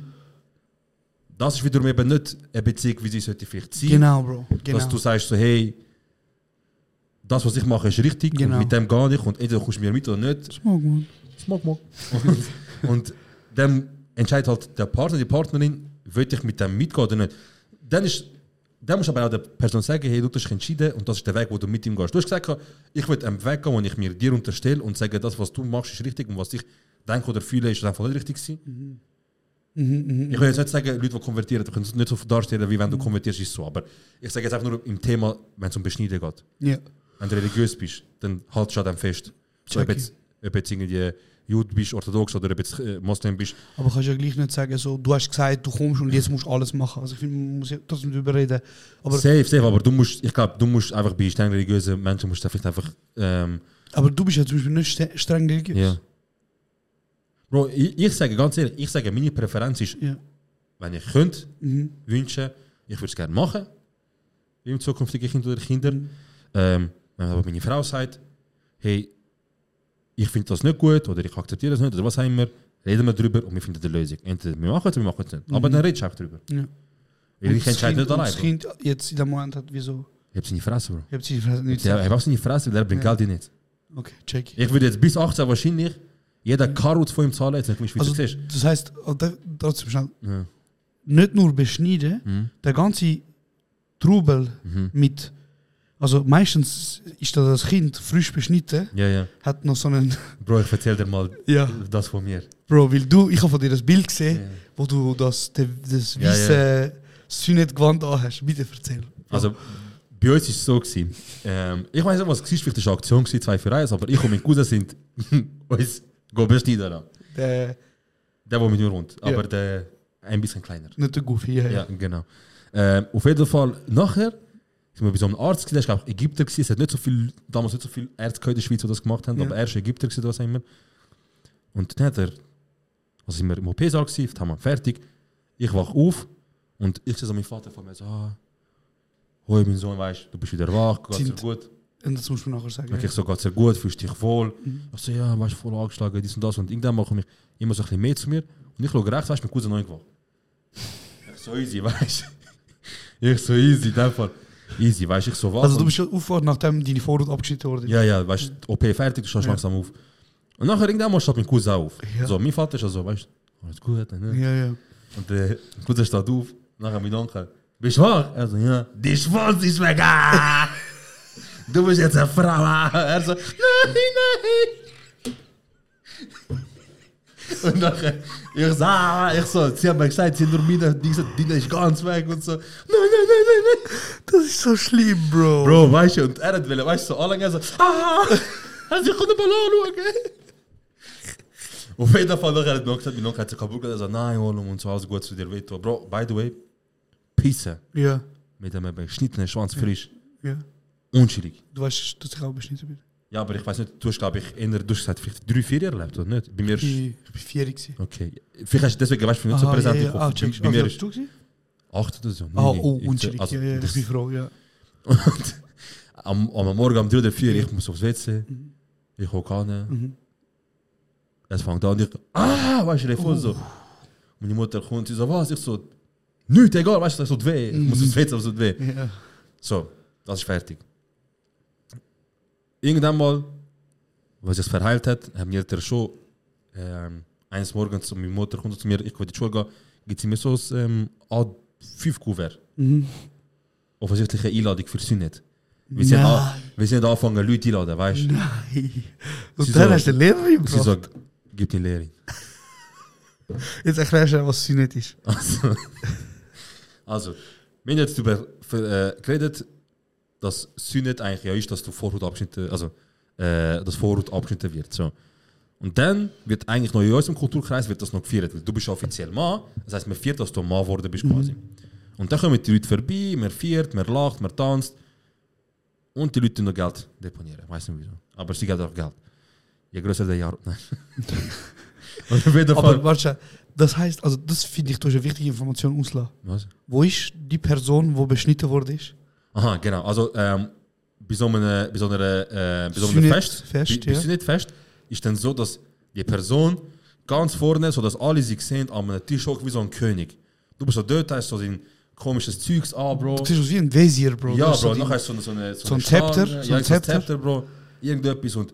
Speaker 11: Das ist wiederum eben nicht eine Beziehung, wie sie sollte vielleicht sein
Speaker 10: Genau, Bro. Genau.
Speaker 11: dass du sagst so, hey, das, was ich mache, ist richtig
Speaker 10: Genau.
Speaker 11: und mit dem gar nicht und entweder kommst du mir mit oder nicht. Smog, smog. Und, und dann entscheidet halt der Partner, die Partnerin, will ich mit dem mitgehen oder nicht. Dann ist Dann musst du aber auch der Person sagen, hey, du hast dich entschieden und das ist der Weg, wo du mit ihm gehst. Du hast gesagt, ich will einen Weg gehen, wo ich mir dir unterstelle und sage, das, was du machst, ist richtig und was ich denke oder fühle, ist einfach nicht richtig gewesen.
Speaker 10: Mhm.
Speaker 11: Ich will jetzt nicht sagen, Leute, die konvertieren, können es nicht so darstellen, wie wenn du konvertierst, ist so. Aber ich sage jetzt einfach nur im Thema, wenn es um Beschneiden geht.
Speaker 10: Ja.
Speaker 11: Wenn du religiös bist, dann halt schon dem fest. So, ob,
Speaker 10: Check
Speaker 11: jetzt, ob jetzt irgendwie Jude bist, orthodox oder ob jetzt äh, Moslem bist.
Speaker 10: Aber kannst ja gleich nicht sagen, so, du hast gesagt, du kommst und jetzt musst du alles machen. Also ich finde, man muss ja trotzdem drüber reden. Aber,
Speaker 11: safe, safe, aber du musst, ich glaube, du musst einfach bei streng religiösen Menschen musst du vielleicht einfach. Ähm,
Speaker 10: aber du bist ja zum Beispiel nicht stre- streng religiös.
Speaker 11: ja. Bro, ich, ich sage ganz ehrlich, ich sage, meine Präferenz ist,
Speaker 10: Ja. Mhm.
Speaker 11: wenn ich könnte, wünschen, ich würde es gerne machen, im zukünftigen Kind oder Kinder.
Speaker 10: Mhm.
Speaker 11: Ähm, wenn aber meine Frau sagt, hey, ich finde das nicht gut oder ich akzeptiere das nicht oder was auch immer, reden wir drüber und wir finden eine Lösung. Entweder wir machen es oder wir machen es nicht. Aber dann redest du auch drüber.
Speaker 10: Mhm. Ja.
Speaker 11: Weil
Speaker 10: Und
Speaker 11: ich
Speaker 10: das
Speaker 11: entscheide
Speaker 10: Kind-
Speaker 11: nicht
Speaker 10: und
Speaker 11: allein.
Speaker 10: Das
Speaker 11: Bro.
Speaker 10: Kind jetzt in dem Moment hat, wieso?
Speaker 11: Ich habe seine Fresse, Bro.
Speaker 10: Ich habe sie nicht
Speaker 11: Ja, ich habe auch seine Fresse, weil er bringt Geld nicht.
Speaker 10: Okay, check.
Speaker 11: Ich würde jetzt bis 18 wahrscheinlich jeder Karut von ihm zahlen, jetzt nicht mich
Speaker 10: Also,
Speaker 11: Schweizer Tisch.
Speaker 10: das heisst, oh, da- trotzdem schnell, nicht nur beschneiden,
Speaker 11: Mhm.
Speaker 10: der ganze Trubel mit, also meistens ist da das Kind frisch beschnitten,
Speaker 11: Ja, ja.
Speaker 10: hat noch so einen, (laughs)
Speaker 11: Bro, ich erzähl dir mal
Speaker 10: Ja.
Speaker 11: das von mir.
Speaker 10: Bro, weil du, ich habe von dir das Bild gesehen, wo du das, de- das
Speaker 11: Ja,
Speaker 10: weiße Sünet-Gewand an hast. Bitte erzähl.
Speaker 11: Also, bei uns war es so. Gewesen. Ähm, ich weiß nicht, was es war, vielleicht war es eine Aktion, gewesen, zwei für eins, aber ich und mein Cousin sind (laughs) uns go beschneiden. lassen.
Speaker 10: Der,
Speaker 11: Der, der mit mir wohnt, aber
Speaker 10: Ja.
Speaker 11: der ein bisschen kleiner.
Speaker 10: nicht der Goofy, ja.
Speaker 11: Ja,
Speaker 10: ja.
Speaker 11: genau. Ähm, auf jeden Fall, nachher sind wir bei so einem Arzt, gewesen, der war glaub ich, Ägypter, gewesen. es hat nicht so viel, damals nicht so viele Ärzte gehabt in der Schweiz, die das gemacht haben,
Speaker 10: Ja.
Speaker 11: aber er war Ägypter, gewesen, was auch immer. Und dann hat er, also sind wir im OP-Saal, gewesen, haben wir fertig, ich wach auf und ich sehe so meinen Vater vor mir so, ah, hoi mein Sohn, weißt du, bist wieder wach, geht's dir
Speaker 10: Sind-
Speaker 11: gut?
Speaker 10: Und das musst du mir nachher sagen.
Speaker 11: Wirklich so, geht's dir gut, fühlst dich wohl? Ich so, ja, weißt du, voll angeschlagen, dies und das. Und irgendwann mache ich immer so ein bisschen mehr zu mir. Und ich schaue rechts, weißt du, mein Cousin noch irgendwo. Ich so easy, (laughs) weißt du? Ich so easy, in dem Fall. Easy, weißt du, ich so wach.
Speaker 10: Also du
Speaker 11: und-
Speaker 10: bist schon aufgewacht, nachdem deine Vorhaut abgeschnitten wurde.
Speaker 11: ja, ja, weißt du, die OP fertig, du schaust langsam auf. Und nachher irgendwann mal steht mein Cousin auch auf. So, mein Vater ist ja so, weißt du, alles gut, ne?
Speaker 10: ja. ja.
Speaker 11: Und der mein Cousin steht auf, nachher mein Onkel. Bist du wach? Er so, ja. Die Schwanz ist weg. ah! Du bist jetzt eine Frau. ah! Er so, nein, nein. Und nachher, ich so, ah, ich so, sie haben mir gesagt, sie sind nur meine, die gesagt, Dina ist ganz weg und so. Nein, nein, nein, nein,
Speaker 10: Das ist so schlimm, Bro.
Speaker 11: nein. Bro, weißt du, und er hat, wollen, weißt du, so alle gehen so, ah, also ich kann den Ball anschauen. Auf jeden Fall, nachher hat mir auch gesagt, mein Onkel hat sich kaputt gemacht, er so, nein, Olum, und so, alles gut zu dir, weh, tut. Bro, by the way, Pisse
Speaker 10: Ja,
Speaker 11: mit einem beschnittenen Schwanz frisch,
Speaker 10: ja.
Speaker 11: unschuldig.
Speaker 10: Du weißt, dass ich auch beschnitten bin.
Speaker 11: Ja, aber ich weiß nicht, du hast, glaube ich, eher, du hast gesagt, vielleicht drei, vier Jahre erlebt, oder nicht? Bei mir
Speaker 10: Ich
Speaker 11: ist,
Speaker 10: ich bin vier. gewesen.
Speaker 11: okay. Vielleicht hast du deswegen, weißt du, nicht so
Speaker 10: Aha,
Speaker 11: präsent
Speaker 10: ja,
Speaker 11: im
Speaker 10: ja.
Speaker 11: Kopf.
Speaker 10: Ah,
Speaker 11: Bei-
Speaker 10: checkst
Speaker 11: Bei mir
Speaker 10: also,
Speaker 11: ist
Speaker 10: du. gewesen?
Speaker 11: acht oder so. Nein,
Speaker 10: Ah,
Speaker 11: nein,
Speaker 10: oh,
Speaker 11: ich-
Speaker 10: unschuldig.
Speaker 11: also,
Speaker 10: ja, ja,
Speaker 11: das-
Speaker 10: ich bin froh, ja.
Speaker 11: Und (laughs) am, am Morgen um 3 oder 4, ich muss aufs WC, ich hocke an. Es fängt an und ich, ah, weißt du, Refus so. Meine Mutter kommt, sie so, was? Ich so, nichts, egal, weißt du, das tut weh. Ich muss aufs WC, aber es tut weh.
Speaker 10: Ja.
Speaker 11: So, das ist fertig. Irgendwann mal, was es verheilt hat, haben mir der schon ähm, eines Morgens zu meiner Mutter kommt zu mir, ich will in die Schule gehen, gibt sie mir so ein ähm, A5-Kuvert. Offensichtlich eine Einladung für sie nicht. Wir sind, an, wir sind angefangen, Leute einladen, weißt du? Sie
Speaker 10: Und dann
Speaker 11: so-
Speaker 10: hast du den Lehrer
Speaker 11: Sie
Speaker 10: gebracht.
Speaker 11: sagt, gib die Lehrerin.
Speaker 10: Jetzt erklärst du, dir, was Sünet ist.
Speaker 11: (laughs) Also, also wir haben jetzt darüber ver- äh, geredet, dass Sünnet eigentlich ja ist, dass du Vorhut abgeschnitten, also äh, dass Vorhut abgeschnitten wird. So. Und dann wird eigentlich noch in unserem Kulturkreis wird das noch gefeiert, weil du bist offiziell Mann, das heißt, man feiert, dass du ein Mann geworden bist quasi. Und dann kommen die Leute vorbei, man feiert, man lacht, man tanzt und die Leute tun noch Geld deponieren, ich weiß nicht wieso, aber sie geben auch Geld. Je größer der Jahr, nein. Und (laughs) auf jeden
Speaker 10: Aber
Speaker 11: Fall.
Speaker 10: warte, schnell. das heißt, also das finde ich, du hast eine wichtige Information auslassen.
Speaker 11: Was?
Speaker 10: Wo ist die Person, die beschnitten wurde? Ist?
Speaker 11: Aha, genau. Also ähm, bei so einem, bei so einer, äh, bei so einem
Speaker 10: Sunnet-
Speaker 11: Fest,
Speaker 10: Fest,
Speaker 11: bei, bei
Speaker 10: ja.
Speaker 11: Sunnit-Fest ist dann so, dass die Person ganz vorne, so dass alle sie sehen, an einem Tisch hoch wie so ein König. Du bist so dort, hast so dein komisches Zeugs an, Bro.
Speaker 10: Du siehst aus wie ein Wesir, Bro.
Speaker 11: Ja,
Speaker 10: Das ist
Speaker 11: Bro,
Speaker 10: die-
Speaker 11: nachher ist so, eine- so, eine,
Speaker 10: so ein
Speaker 11: eine Schlange,
Speaker 10: Zepter,
Speaker 11: ja,
Speaker 10: so ein
Speaker 11: so ein
Speaker 10: Zepter.
Speaker 11: Zepter, Bro. Irgendetwas und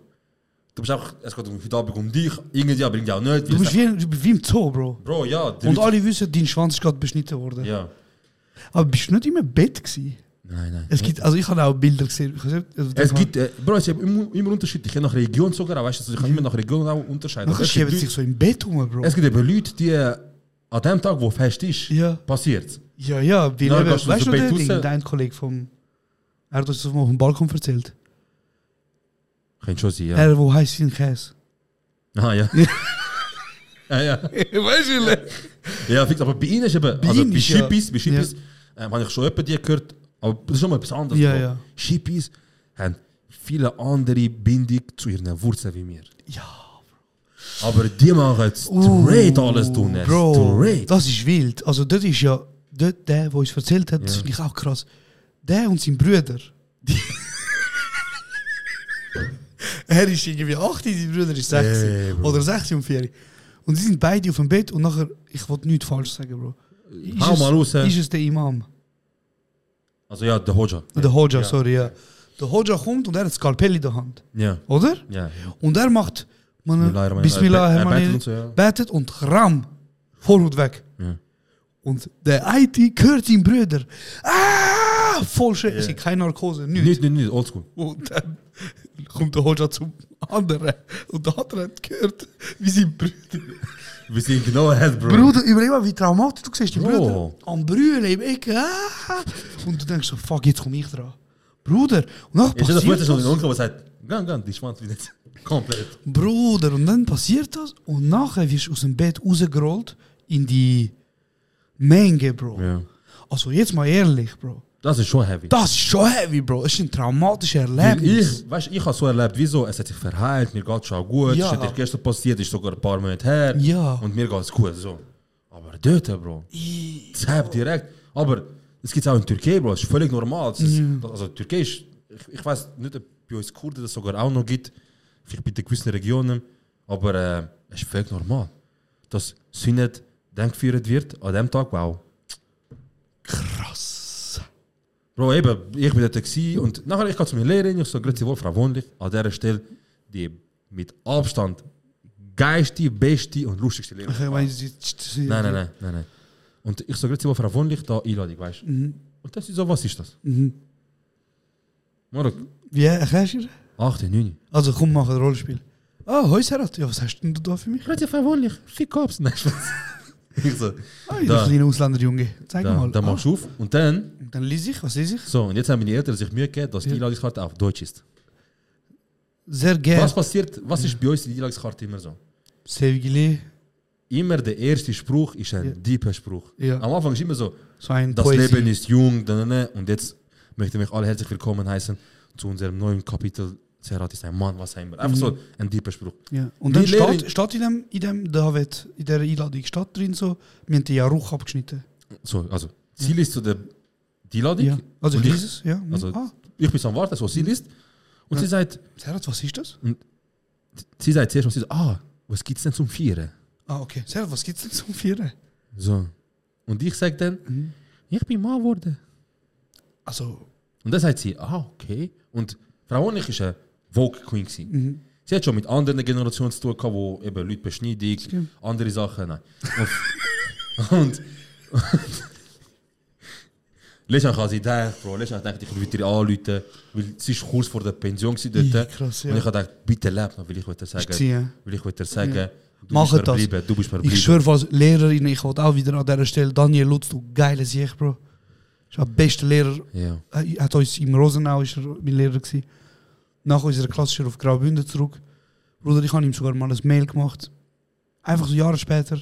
Speaker 11: du bist auch, es geht um, heute Abend um dich, irgendwie aber irgendwie auch nicht. weil
Speaker 10: du bist
Speaker 11: es-
Speaker 10: wie, ein- du bist wie im Zoo, Bro.
Speaker 11: Bro, ja. die
Speaker 10: Und
Speaker 11: Leute-
Speaker 10: alle wissen, dein Schwanz ist gerade beschnitten worden.
Speaker 11: Ja.
Speaker 10: Aber bist du nicht immer im Bett gewesen?
Speaker 11: Nein, nein.
Speaker 10: Es gibt, also ich habe auch Bilder gesehen. Ich weiß nicht, also
Speaker 11: Es
Speaker 10: ich
Speaker 11: gibt, äh, Bro, es gibt immer, immer unterschiedlich. Je Nach Region sogar, auch, weißt du, also
Speaker 10: Mhm.
Speaker 11: ich kann immer nach Region auch unterscheiden.
Speaker 10: Nachher
Speaker 11: Es gibt
Speaker 10: schieben sie sich
Speaker 11: Leute-
Speaker 10: so im Bett rum, Bro.
Speaker 11: es gibt eben Leute, die äh, an dem Tag, wo Fest ist,
Speaker 10: Ja.
Speaker 11: passiert
Speaker 10: Ja, ja, wir
Speaker 11: Nein,
Speaker 10: leben.
Speaker 11: gehst du aus
Speaker 10: Weißt du,
Speaker 11: dem
Speaker 10: der
Speaker 11: Bett
Speaker 10: Ding,
Speaker 11: raus?
Speaker 10: dein Kollege vom. Er hat uns das mal auf dem Balkon erzählt.
Speaker 11: Könnte schon sein, ja.
Speaker 10: Er, wo heißt sein Käse?
Speaker 11: ah, ja. (laughs) ja, ja.
Speaker 10: weißt du,
Speaker 11: Ja, fix, aber bei ihnen ist eben, also
Speaker 10: ihnen
Speaker 11: bei
Speaker 10: ist ja-
Speaker 11: Schippis, bei Schippis, ähm, habe ich schon jemanden die gehört, aber das ist schon mal etwas anderes.
Speaker 10: Ja,
Speaker 11: Bro.
Speaker 10: ja.
Speaker 11: Schippis haben viele andere Bindung zu ihren Wurzeln wie wir.
Speaker 10: Ja,
Speaker 11: Aber die machen straight alles tun. äh,
Speaker 10: Bro,
Speaker 11: Straight.
Speaker 10: das ist wild. Also, das ist ja. Dort, der, der uns erzählt hat, das finde ich auch krass. Der und sein Bruder. die- (laughs) er ist irgendwie 18, sein Bruder ist 16.
Speaker 11: Ey, Bro.
Speaker 10: oder 16 und 4. Und sie sind beide auf dem Bett und nachher, ich wollte nichts falsch sagen, Bro. Ist
Speaker 11: Hau
Speaker 10: es-
Speaker 11: mal raus.
Speaker 10: Ist
Speaker 11: äh.
Speaker 10: es der Imam?
Speaker 11: Also ja, der Hoja.
Speaker 10: Der Hoja, sorry, ja. Der Hoja kommt und er hat Skalpell in der Hand,
Speaker 11: Ja.
Speaker 10: oder?
Speaker 11: Ja.
Speaker 10: Und er macht man,
Speaker 11: Bismillahirrahmanirrahim.
Speaker 10: Bismillah,
Speaker 11: Er betet
Speaker 10: man
Speaker 11: und so, ja.
Speaker 10: betet und ram, Vorhut weg.
Speaker 11: Ja.
Speaker 10: Und der IT hört ihn, Brüder. Ah, voll schön. Es ist keine Narkose, nichts.
Speaker 11: Nicht, nicht, nicht, oldschool.
Speaker 10: Und dann kommt der Hoja zum anderen. Und der andere hat gehört, wie sein Brüder.
Speaker 11: Wir sind genau (laughs) ahead, Bro.
Speaker 10: Bruder, überleg mal, wie traumatisch du siehst, die
Speaker 11: Bro.
Speaker 10: Bruder. Am Brüllen im Ecken. Ah. Und du denkst so, fuck, jetzt komm ich dran. Bruder, und dann
Speaker 11: Ich stelle vor,
Speaker 10: passiert
Speaker 11: das ist noch ein
Speaker 10: das.
Speaker 11: Onkel, der sagt, gang, gang, die Schwanz wieder. (laughs) Komplett.
Speaker 10: Bruder, und dann passiert das. Und nachher wirst du aus dem Bett rausgerollt in die Menge, Bro.
Speaker 11: Ja.
Speaker 10: Also jetzt mal ehrlich, Bro.
Speaker 11: Das ist schon heavy.
Speaker 10: Das ist schon heavy, Bro. Das ist ein traumatisches
Speaker 11: Weil
Speaker 10: Erlebnis.
Speaker 11: ich, weißt, ich habe so erlebt, wieso? Es hat sich verheilt, mir geht schon gut,
Speaker 10: Ja.
Speaker 11: es ist nicht gestern passiert, ist sogar ein paar Monate her
Speaker 10: Ja.
Speaker 11: und mir geht es gut. So. Aber dort, Bro, zap direkt. Aber es gibt es auch in Türkei, Bro, es ist völlig normal. Es ist, Also Türkei ist, ich, ich weiß nicht, ob bei uns Kurden das sogar auch noch gibt, vielleicht bei den gewissen Regionen, aber äh, es ist völlig normal, dass Sünnet denkfeiert wird an dem Tag, wow.
Speaker 10: Krass.
Speaker 11: Bro, eben, ich bin dort gewesen und nachher, ich gehe zu meiner Lehrerin, ich so, grüezi wohl, Frau Wohnlich, an dieser Stelle, die mit Abstand geilste, beste und lustigste Lehrerin.
Speaker 10: Ich meine, sie- sie-
Speaker 11: Nein, nein, nein, nein, nein. Und ich so, grüezi wohl, Frau Wohnlich, da Einladung, weißt du.
Speaker 10: Mhm.
Speaker 11: Und das ist so, was ist das? Mhm. Morgen,
Speaker 10: Wie erklärst du das?
Speaker 11: 8, 9.
Speaker 10: Also komm, mach ein Rollenspiel. Ah, oh, Heusherat. Ja, was hast du denn da für mich?
Speaker 11: Grüezi, Frau Wohnlich, fick Cops. (laughs) Nein, Spaß. Ich so,
Speaker 10: Ah, ihr
Speaker 11: da,
Speaker 10: kleine Ausländerjunge. Zeig Ah.
Speaker 11: da,
Speaker 10: mal.
Speaker 11: da machst du auf und dann,
Speaker 10: ah, dann lese ich, was lese ich?
Speaker 11: so, und jetzt haben meine Eltern sich Mühe gegeben, dass die Einladungskarte auf Deutsch ist.
Speaker 10: Sehr
Speaker 11: Was
Speaker 10: gerne.
Speaker 11: passiert, was ist bei uns in der Einladungskarte immer so?
Speaker 10: Sevgili,
Speaker 11: immer der erste Spruch ist ein deeper Spruch.
Speaker 10: Ja.
Speaker 11: Am Anfang ist immer so,
Speaker 10: so ein
Speaker 11: das
Speaker 10: Poesie.
Speaker 11: Leben ist jung, da, da, da. und jetzt möchte ich mich alle herzlich willkommen heißen zu unserem neuen Kapitel. Serat ist ein Mann, was auch immer. Einfach so
Speaker 10: Mhm.
Speaker 11: ein deeper Spruch.
Speaker 10: Ja. Und dann
Speaker 11: Meine Lehrerin-
Speaker 10: steht, steht in dem, in dem David, in der Einladung, steht drin so, wir haben den Jaruch abgeschnitten.
Speaker 11: So, also, Ziel ist zu der die Ladung.
Speaker 10: Ja. Also Mhm.
Speaker 11: Und
Speaker 10: ich lese es, ja. Hm.
Speaker 11: Also,
Speaker 10: ah,
Speaker 11: ich bin am Warten, so Ziel ist. Und sie sagt,
Speaker 10: Serat, was ist das?
Speaker 11: sie sagt zuerst, und sie sagt, ah, was gibt's denn zum Vieren?
Speaker 10: Ah, okay. Serat, was gibt's denn zum Vieren?
Speaker 11: So. Und ich sage dann,
Speaker 10: Mhm.
Speaker 11: ich bin Mann geworden.
Speaker 10: Also,
Speaker 11: Und dann sagt sie, ah, okay. Und Frau Honnig war eine Vogue Queen. gewesen.
Speaker 10: Mhm.
Speaker 11: Sie hat schon mit anderen Generationen zu tun, gehabt, wo eben Leute beschneidig, andere Sachen. Nein. Und, (laughs) und, und letztens habe ich gedacht, Bro, letztens habe ich gedacht, ich würde wieder anrufen, weil sie ist kurz vor der Pension gewesen
Speaker 10: Ih,
Speaker 11: dort.
Speaker 10: krass, ja.
Speaker 11: Und ich habe gedacht, bitte leb noch, weil ich wollte dir sagen,
Speaker 10: gesehen, ja.
Speaker 11: weil ich wollte dir sagen, du
Speaker 10: mach
Speaker 11: bist
Speaker 10: das.
Speaker 11: mir geblieben, du bist mir
Speaker 10: ich
Speaker 11: geblieben.
Speaker 10: schwöre als Lehrerin, ich wollte auch wieder an dieser Stelle, Daniel Lutz, du geile Sieg, Bro. Ist der beste Lehrer.
Speaker 11: Ja.
Speaker 10: Hij hat uns im Rosenau ist er mein Lehrer gsi. Nach unserer Klasse ist er auf Graubünden zurück. Bruder, ich habe ihm sogar mal ein Mail gemacht. Einfach so Jahre später.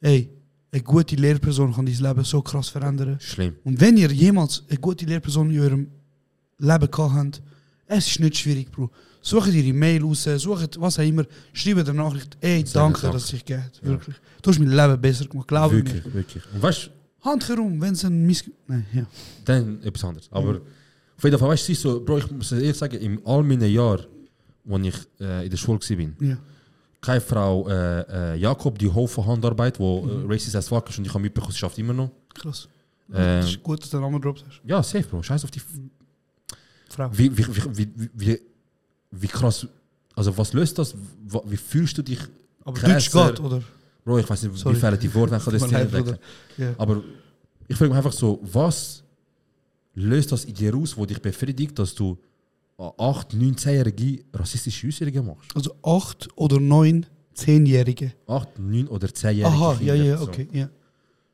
Speaker 10: Hey, eine gute Lehrperson kann dein Leben so krass verändern.
Speaker 11: Schlimm.
Speaker 10: Und wenn ihr jemals eine gute Lehrperson in eurem Leben gehabt habt, es ist nicht schwierig, Bro. Sucht ihre Mail raus, sucht was auch immer, schreibt eine Nachricht. Ey,
Speaker 11: Sag
Speaker 10: danke,
Speaker 11: danke.
Speaker 10: dass es dich gegeben hat. Wirklich. Du hast mein Leben besser gemacht, glaube mir.
Speaker 11: Wirklich, wirklich. Und weißt du,
Speaker 10: Hand herum, wenn es ein Miss... Nein, ja.
Speaker 11: dann etwas anderes. Aber
Speaker 10: Mhm.
Speaker 11: auf jeden Fall, weißt du, sie ist so, Bro, ich muss ehrlich sagen, in all meinen Jahren, als ich äh, in der Schule war,
Speaker 10: ja.
Speaker 11: keine Frau äh, äh, Jakob, die Hof von Handarbeit, wo
Speaker 10: Mhm.
Speaker 11: äh, Racist as fuck ist und ich habe mitbekommen, sie schafft immer noch.
Speaker 10: Krass.
Speaker 11: Ähm,
Speaker 10: das ist gut, dass du den Namen droppst hast.
Speaker 11: Ja, safe, Bro, scheiß auf die. F
Speaker 10: Frau.
Speaker 11: wie, wie, wie, wie, wie, wie krass. Also, was löst das? Wa- Wie fühlst du dich?
Speaker 10: Aber
Speaker 11: krasser?
Speaker 10: Deutsch geht, oder?
Speaker 11: Bro, ich weiß nicht,
Speaker 10: Sorry. (laughs)
Speaker 11: wie viele die Worte ich kann das
Speaker 10: Tut mir leid,
Speaker 11: dir entdecken.
Speaker 10: Bruder. Ja.
Speaker 11: Aber Ich frage mich einfach so, was löst das in dir aus, wo dich befriedigt, dass du an 8, 9, 10-Jährige rassistische Äußerungen machst?
Speaker 10: Also acht oder neun, zehnjährige.
Speaker 11: 8, 9 oder 10-Jährige.
Speaker 10: Aha, ja,
Speaker 11: Kinder,
Speaker 10: ja,
Speaker 11: so.
Speaker 10: okay. Ja.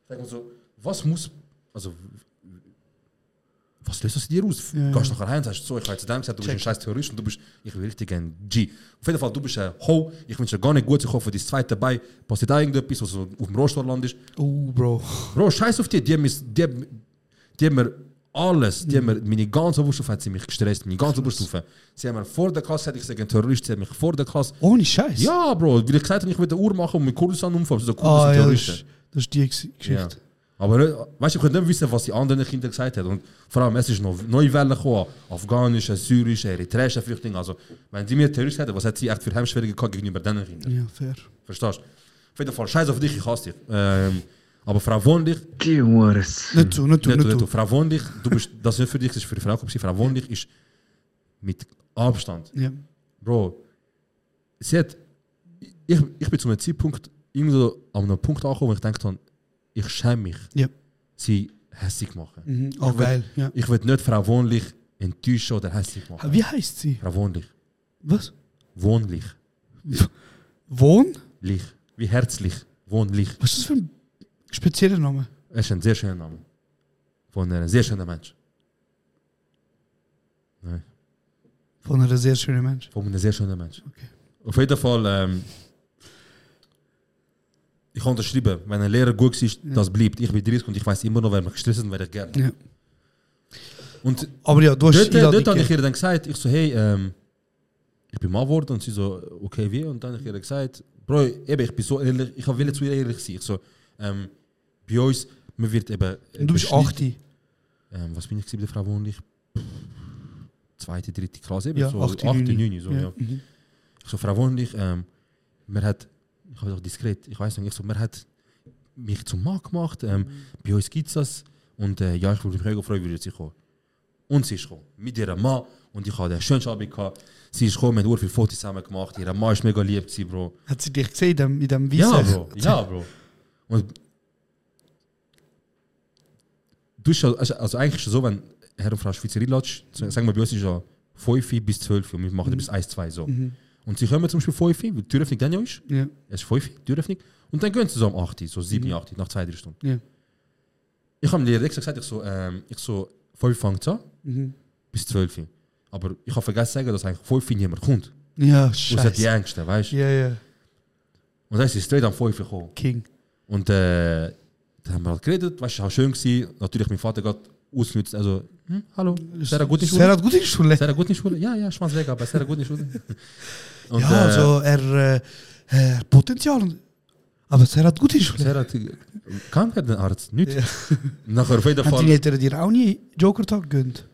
Speaker 11: Sag mal so, was muss. Also, was löst das in dir aus?
Speaker 10: Ja,
Speaker 11: Gehst
Speaker 10: ja.
Speaker 11: nachher heim und sagst, so, ich habe zu dem gesagt, du bist
Speaker 10: Check.
Speaker 11: ein scheiß Terrorist und du bist, ich will richtig ein G. Auf jeden Fall, du bist ein Ho, ich wünsche dir gar nicht gut, ich hoffe, das zweite dabei passiert auch irgendetwas, was so auf dem Rohstoff landest.
Speaker 10: Oh, Bro.
Speaker 11: Bro, scheiß auf die, die haben, mis- die, haben- die haben mir alles, die haben
Speaker 10: Mhm.
Speaker 11: mir, meine ganze Oberstufe hat sie mich gestresst, meine ganze Oberstufe. Sie haben mir vor der Klasse, hätte ich gesagt, ein Terrorist, sie haben mich vor der Klasse.
Speaker 10: Ohne Scheiß.
Speaker 11: Ja, Bro, weil ich gesagt habe, ich will eine Uhr machen und mit Kurdistan umfahren, so Kurden
Speaker 10: Ah,
Speaker 11: sind
Speaker 10: ja, das
Speaker 11: Terroristen.
Speaker 10: ist, das ist die Ex-
Speaker 11: Ja.
Speaker 10: Geschichte.
Speaker 11: Aber äh, weißt, du, ich könnte nicht wissen, was die anderen Kinder gesagt haben. Und vor allem, es ist noch neue Wellen gekommen. Afghanische, syrische, eritreische Flüchtlinge. Also, wenn sie mir Terroristen hätten, was hat sie echt für Hemmschwierigkeiten gehabt gegenüber diesen Kindern?
Speaker 10: Ja, fair.
Speaker 11: Verstehst du? Auf jeden Fall, scheiß auf dich, ich hasse dich. Ähm, aber Frau Wohnlich,
Speaker 10: Nicht du, nicht du,
Speaker 11: nicht, du,
Speaker 10: nicht
Speaker 11: nicht du.
Speaker 10: du.
Speaker 11: Frau Wohnlich, du bist, das ist nicht für dich, das ist für die Frau Kopsi. Frau Wohnlich ist mit Abstand.
Speaker 10: Ja.
Speaker 11: Bro, sie hat, ich, ich bin zu einem Zeitpunkt irgendwo an einem Punkt angekommen, wo ich gedacht habe, ich schäme mich,
Speaker 10: Ja.
Speaker 11: sie hässlich machen.
Speaker 10: Mhm. Oh, geil. Ja.
Speaker 11: Ich will nicht Frau Wohnlich enttäuschen oder hässlich machen.
Speaker 10: Wie heißt sie?
Speaker 11: Frau Wohnlich.
Speaker 10: Was?
Speaker 11: Wohnlich.
Speaker 10: Wohn?
Speaker 11: Lich. Wie herzlich. Wohnlich.
Speaker 10: Was ist das für ein spezieller Name?
Speaker 11: Das ist ein sehr schöner Name. Von einem sehr schönen Mensch. Nein.
Speaker 10: Von einer sehr schönen Mensch.
Speaker 11: Von einem sehr schönen Mensch.
Speaker 10: Okay.
Speaker 11: Auf jeden Fall, ähm, ich kann unterschreiben, wenn ein Lehrer gut ist, das bleibt. Ich bin 30 und ich weiß immer noch, wer mich gestresst hat und wer ich gerne.
Speaker 10: Ja.
Speaker 11: Und
Speaker 10: Aber ja, du hast
Speaker 11: dort, äh,
Speaker 10: Einladung
Speaker 11: dort habe ich
Speaker 10: gegeben.
Speaker 11: ihr dann gesagt, ich so, hey, ähm, ich bin mal geworden und sie so, okay, wie? Und dann habe ich ihr gesagt, Bro, eben, ich bin so ehrlich, ich will zu ihr ehrlich sein. Ich so, ähm, bei uns, man wird eben...
Speaker 10: Und du bist
Speaker 11: beschnitten-
Speaker 10: 8.
Speaker 11: ähm, was bin ich gewesen bei der Frau Wohnlich? Zweite, dritte Klasse, eben
Speaker 10: Ja,
Speaker 11: so
Speaker 10: 8.,
Speaker 11: 8.,
Speaker 10: 9.,
Speaker 11: 9. So,
Speaker 10: ja.
Speaker 11: ja. Ich so, Frau Wohnlich, ähm, man hat, ich habe doch diskret, ich weiß nicht, ich so, man hat mich zum Mann gemacht, ähm, bei uns gibt es das und äh, ja, ich würde mich mega freuen, würde sie kommen. Und sie ist gekommen, mit ihrem Mann und ich hatte den schönsten Abend gehabt. Sie ist gekommen, wir haben sehr viele Fotos zusammen gemacht, ihr Mann war mega lieb, gewesen, Bro.
Speaker 10: Hat sie dich gesehen in dem, in dem
Speaker 11: Ja,
Speaker 10: Weissen?
Speaker 11: Bro. Ja, Bro. Und du ist ja, also, also eigentlich ist es so, wenn Herr und Frau Schweizerin latscht, so, sagen wir bei uns ist ja 5 bis 12 und wir machen bis 1, 2 so. Und sie kommen zum Beispiel 5, weil die Türöffnung dann Mhm. ja ist.
Speaker 10: Ja.
Speaker 11: Es ist 5, die Türöffnung. Und dann gehen sie so um 8, so 7, 8, nach 2, 3 Stunden.
Speaker 10: Ja.
Speaker 11: Ich habe mir direkt gesagt, ich so, ähm, ich so, 5 fängt an, bis 12. Aber ich habe vergessen zu sagen, dass eigentlich 5 niemand kommt.
Speaker 10: Ja,
Speaker 11: Und sie hat die
Speaker 10: scheiße.
Speaker 11: Ängste, weißt du?
Speaker 10: Ja, ja.
Speaker 11: Und dann ist sie straight am 5 gekommen.
Speaker 10: King.
Speaker 11: Und äh, dann haben wir halt geredet, weißt du, war schön gewesen. Natürlich, mein Vater gerade ausgenutzt, also, hm, hallo, sehr gute
Speaker 10: Sehr
Speaker 11: Schule.
Speaker 10: hat gute Schule.
Speaker 11: Sehr gute Schule, ja, ja, Schwanz weg, aber sehr
Speaker 10: (laughs)
Speaker 11: gute Schule. Und,
Speaker 10: ja,
Speaker 11: äh,
Speaker 10: also er, äh, er hat Potenzial. und- Aber sehr hat gute Schule.
Speaker 11: Sarah hat, kam gerade ein Arzt, nicht? (laughs) Nachher auf jeden
Speaker 10: Hat deine
Speaker 11: Fall,
Speaker 10: Eltern dir auch nie Joker-Tag gegönnt?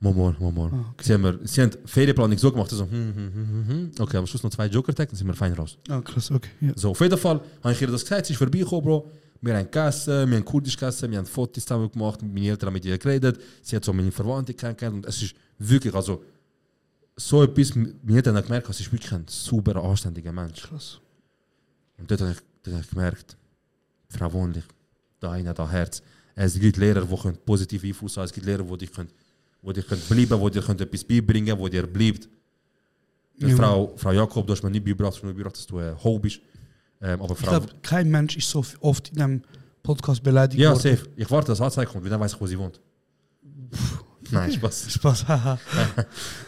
Speaker 11: Momor, Momor.
Speaker 10: Ah,
Speaker 11: Sie haben, mir- sie haben die Ferienplanung so gemacht, so, hm, hm, hm, hm, hm. okay, am Schluss noch zwei Joker-Tags, dann sind wir fein raus.
Speaker 10: Ah, krass, okay. Ja.
Speaker 11: So, auf jeden Fall habe ich ihr das gesagt, sie ist vorbeigekommen, Bro. Wir haben gegessen, wir haben Kurdisch gegessen, wir haben Fotos zusammen gemacht, meine Eltern haben mit ihr geredet, sie hat so meine Verwandte kennengelernt und es ist wirklich, also, so etwas, meine Eltern haben gemerkt, es ist wirklich ein super anständiger Mensch.
Speaker 10: Krass.
Speaker 11: Und dort habe ich, dort habe ich gemerkt, Frau Wohnlich, da einer, da Herz. Es gibt Lehrer, die können positiv Einfluss haben, es gibt Lehrer, die dich, können, die dich können bleiben können, die dir können etwas beibringen können, die dir bleibt.
Speaker 10: Ja.
Speaker 11: Frau, Frau Jakob, du hast mir nicht beigebracht, du hast mir beigebracht, dass du ein Hobby bist. Ähm, aber
Speaker 10: Ich
Speaker 11: Frau,
Speaker 10: glaube, kein Mensch ist so f- oft in einem Podcast beleidigt
Speaker 11: Ja,
Speaker 10: worden.
Speaker 11: safe. E Ich warte, dass Anzeige kommt, weil dann weiß ich, wo sie wohnt. Nein, Spaß.
Speaker 10: Spaß, (laughs) haha.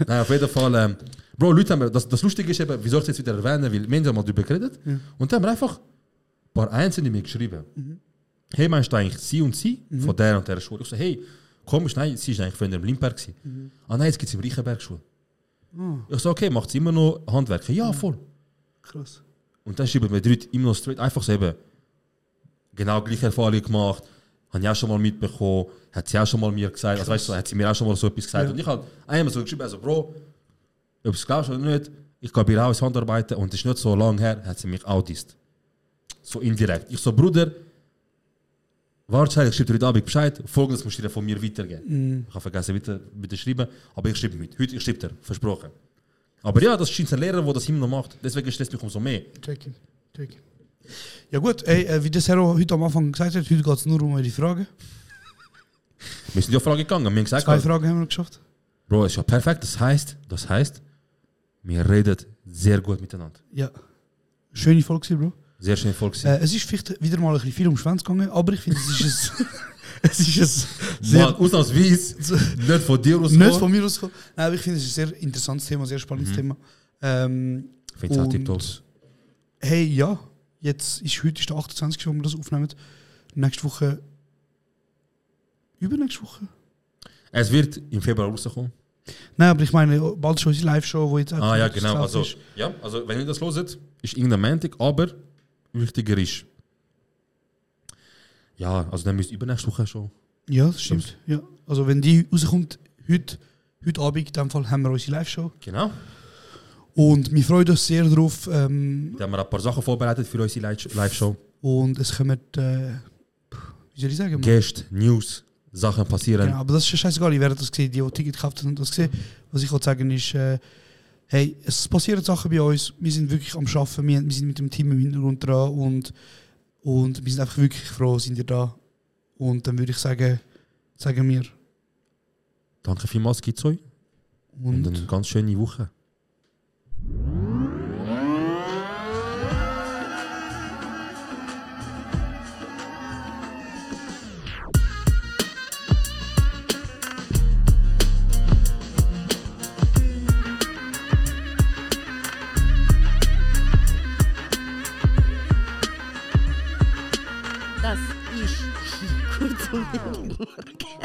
Speaker 11: Nein, auf jeden Fall. Ähm, Bro, Leute, haben, wir- das, das Lustige ist eben, wieso ich es jetzt wieder erwähne, weil wir haben ja mal darüber geredet und dann haben wir einfach ein paar Einzelne mir geschrieben. Hey, meinst du eigentlich sie und sie von der und der Schule? Ich so, hey, komisch, nein, sie ist eigentlich von dem Limberg. Mhm. Ah nein, jetzt gibt es im Reichenberg Schule. Ich so, okay, macht sie immer noch Handwerk? Ja, voll.
Speaker 10: krass.
Speaker 11: Und dann schreiben wir die Leute immer noch straight, einfach so eben genau gleiche Erfahrung gemacht, habe ich auch schon mal mitbekommen, hat sie auch schon mal mir gesagt, also weißt du, hat sie mir auch schon mal so etwas gesagt.
Speaker 10: Ja.
Speaker 11: Und ich habe einmal so geschrieben, also Bro, ob es glaubst oder nicht, ich kann bei ihr auch handarbeiten und es ist nicht so lange her, hat sie mich outist. So indirekt. Ich so, Bruder, wahrscheinlich schreibt ihr heute Abend Bescheid, folgendes musst du dir von mir weitergeben.
Speaker 10: Mhm.
Speaker 11: Ich habe vergessen, bitte, bitte schreiben, aber ich schreibe mit. Heute, ich schreibe dir, versprochen. Aber ja, das scheint ein Lehrer, der das immer noch macht. Deswegen stresst mich umso mehr.
Speaker 10: Check it, check it. Ja gut, ey, äh, wie das Hero heute am Anfang gesagt hat, heute geht es nur um eure Fragen.
Speaker 11: Wir sind ja Frage gegangen. Wir haben gesagt,
Speaker 10: Zwei Fragen haben wir geschafft.
Speaker 11: Bro, ist ja perfekt. Das heißt, das heißt, wir redet sehr gut miteinander.
Speaker 10: Ja. Schöne Folge, gewesen, Bro.
Speaker 11: Sehr schön Volk. gewesen.
Speaker 10: Äh, es ist vielleicht wieder mal ein bisschen viel um den Schwanz gegangen, aber ich finde, es ist (laughs) ein, es ist ein sehr...
Speaker 11: Mal ausnahmsweise,
Speaker 10: (laughs)
Speaker 11: nicht von dir aus.
Speaker 10: Nicht von mir rausgekommen. Nein, aber ich finde, es ist ein sehr interessantes Thema, sehr spannendes
Speaker 11: Mhm.
Speaker 10: Thema. Ähm,
Speaker 11: Find's auch
Speaker 10: und-
Speaker 11: tipptopp.
Speaker 10: Hey, ja, jetzt ist heute ist der 28. wo wir das aufnehmen. Nächste Woche. Übernächste Woche?
Speaker 11: Es wird im Februar rauskommen.
Speaker 10: Nein, aber ich meine, bald schon unsere Live-Show, wo jetzt auch
Speaker 11: Ah ja,
Speaker 10: das
Speaker 11: genau.
Speaker 10: drauf
Speaker 11: Also,
Speaker 10: ist.
Speaker 11: ja, also wenn ihr das loset, ist irgendein Montag, aber wichtiger ist. Ja, also dann müsst ihr übernächste Woche schon.
Speaker 10: Ja, das stimmt. Ja. Also, wenn die rauskommt, heute, heute Abend, in dem Fall, haben wir unsere Live-Show.
Speaker 11: Genau.
Speaker 10: Und wir freuen uns sehr drauf. Ähm,
Speaker 11: Dann haben wir ein paar Sachen vorbereitet für unsere Live- Live-Show.
Speaker 10: und es kommen, äh, pff, wie soll ich sagen?
Speaker 11: Gäste, News, Sachen passieren.
Speaker 10: Genau, aber das ist ja scheißegal, ich werde das gesehen, die, die Ticket gekauft haben, haben das gesehen. Was ich wollte sagen ist, äh, hey, es passieren Sachen bei uns, wir sind wirklich am Schaffen, wir, wir sind mit dem Team im Hintergrund dran und, und wir sind einfach wirklich froh, sind ihr da. Und dann würde ich sagen, sagen wir
Speaker 11: Danke vielmals, geht's euch. Und
Speaker 10: und
Speaker 11: eine ganz schöne Woche.
Speaker 9: Das ist kurz und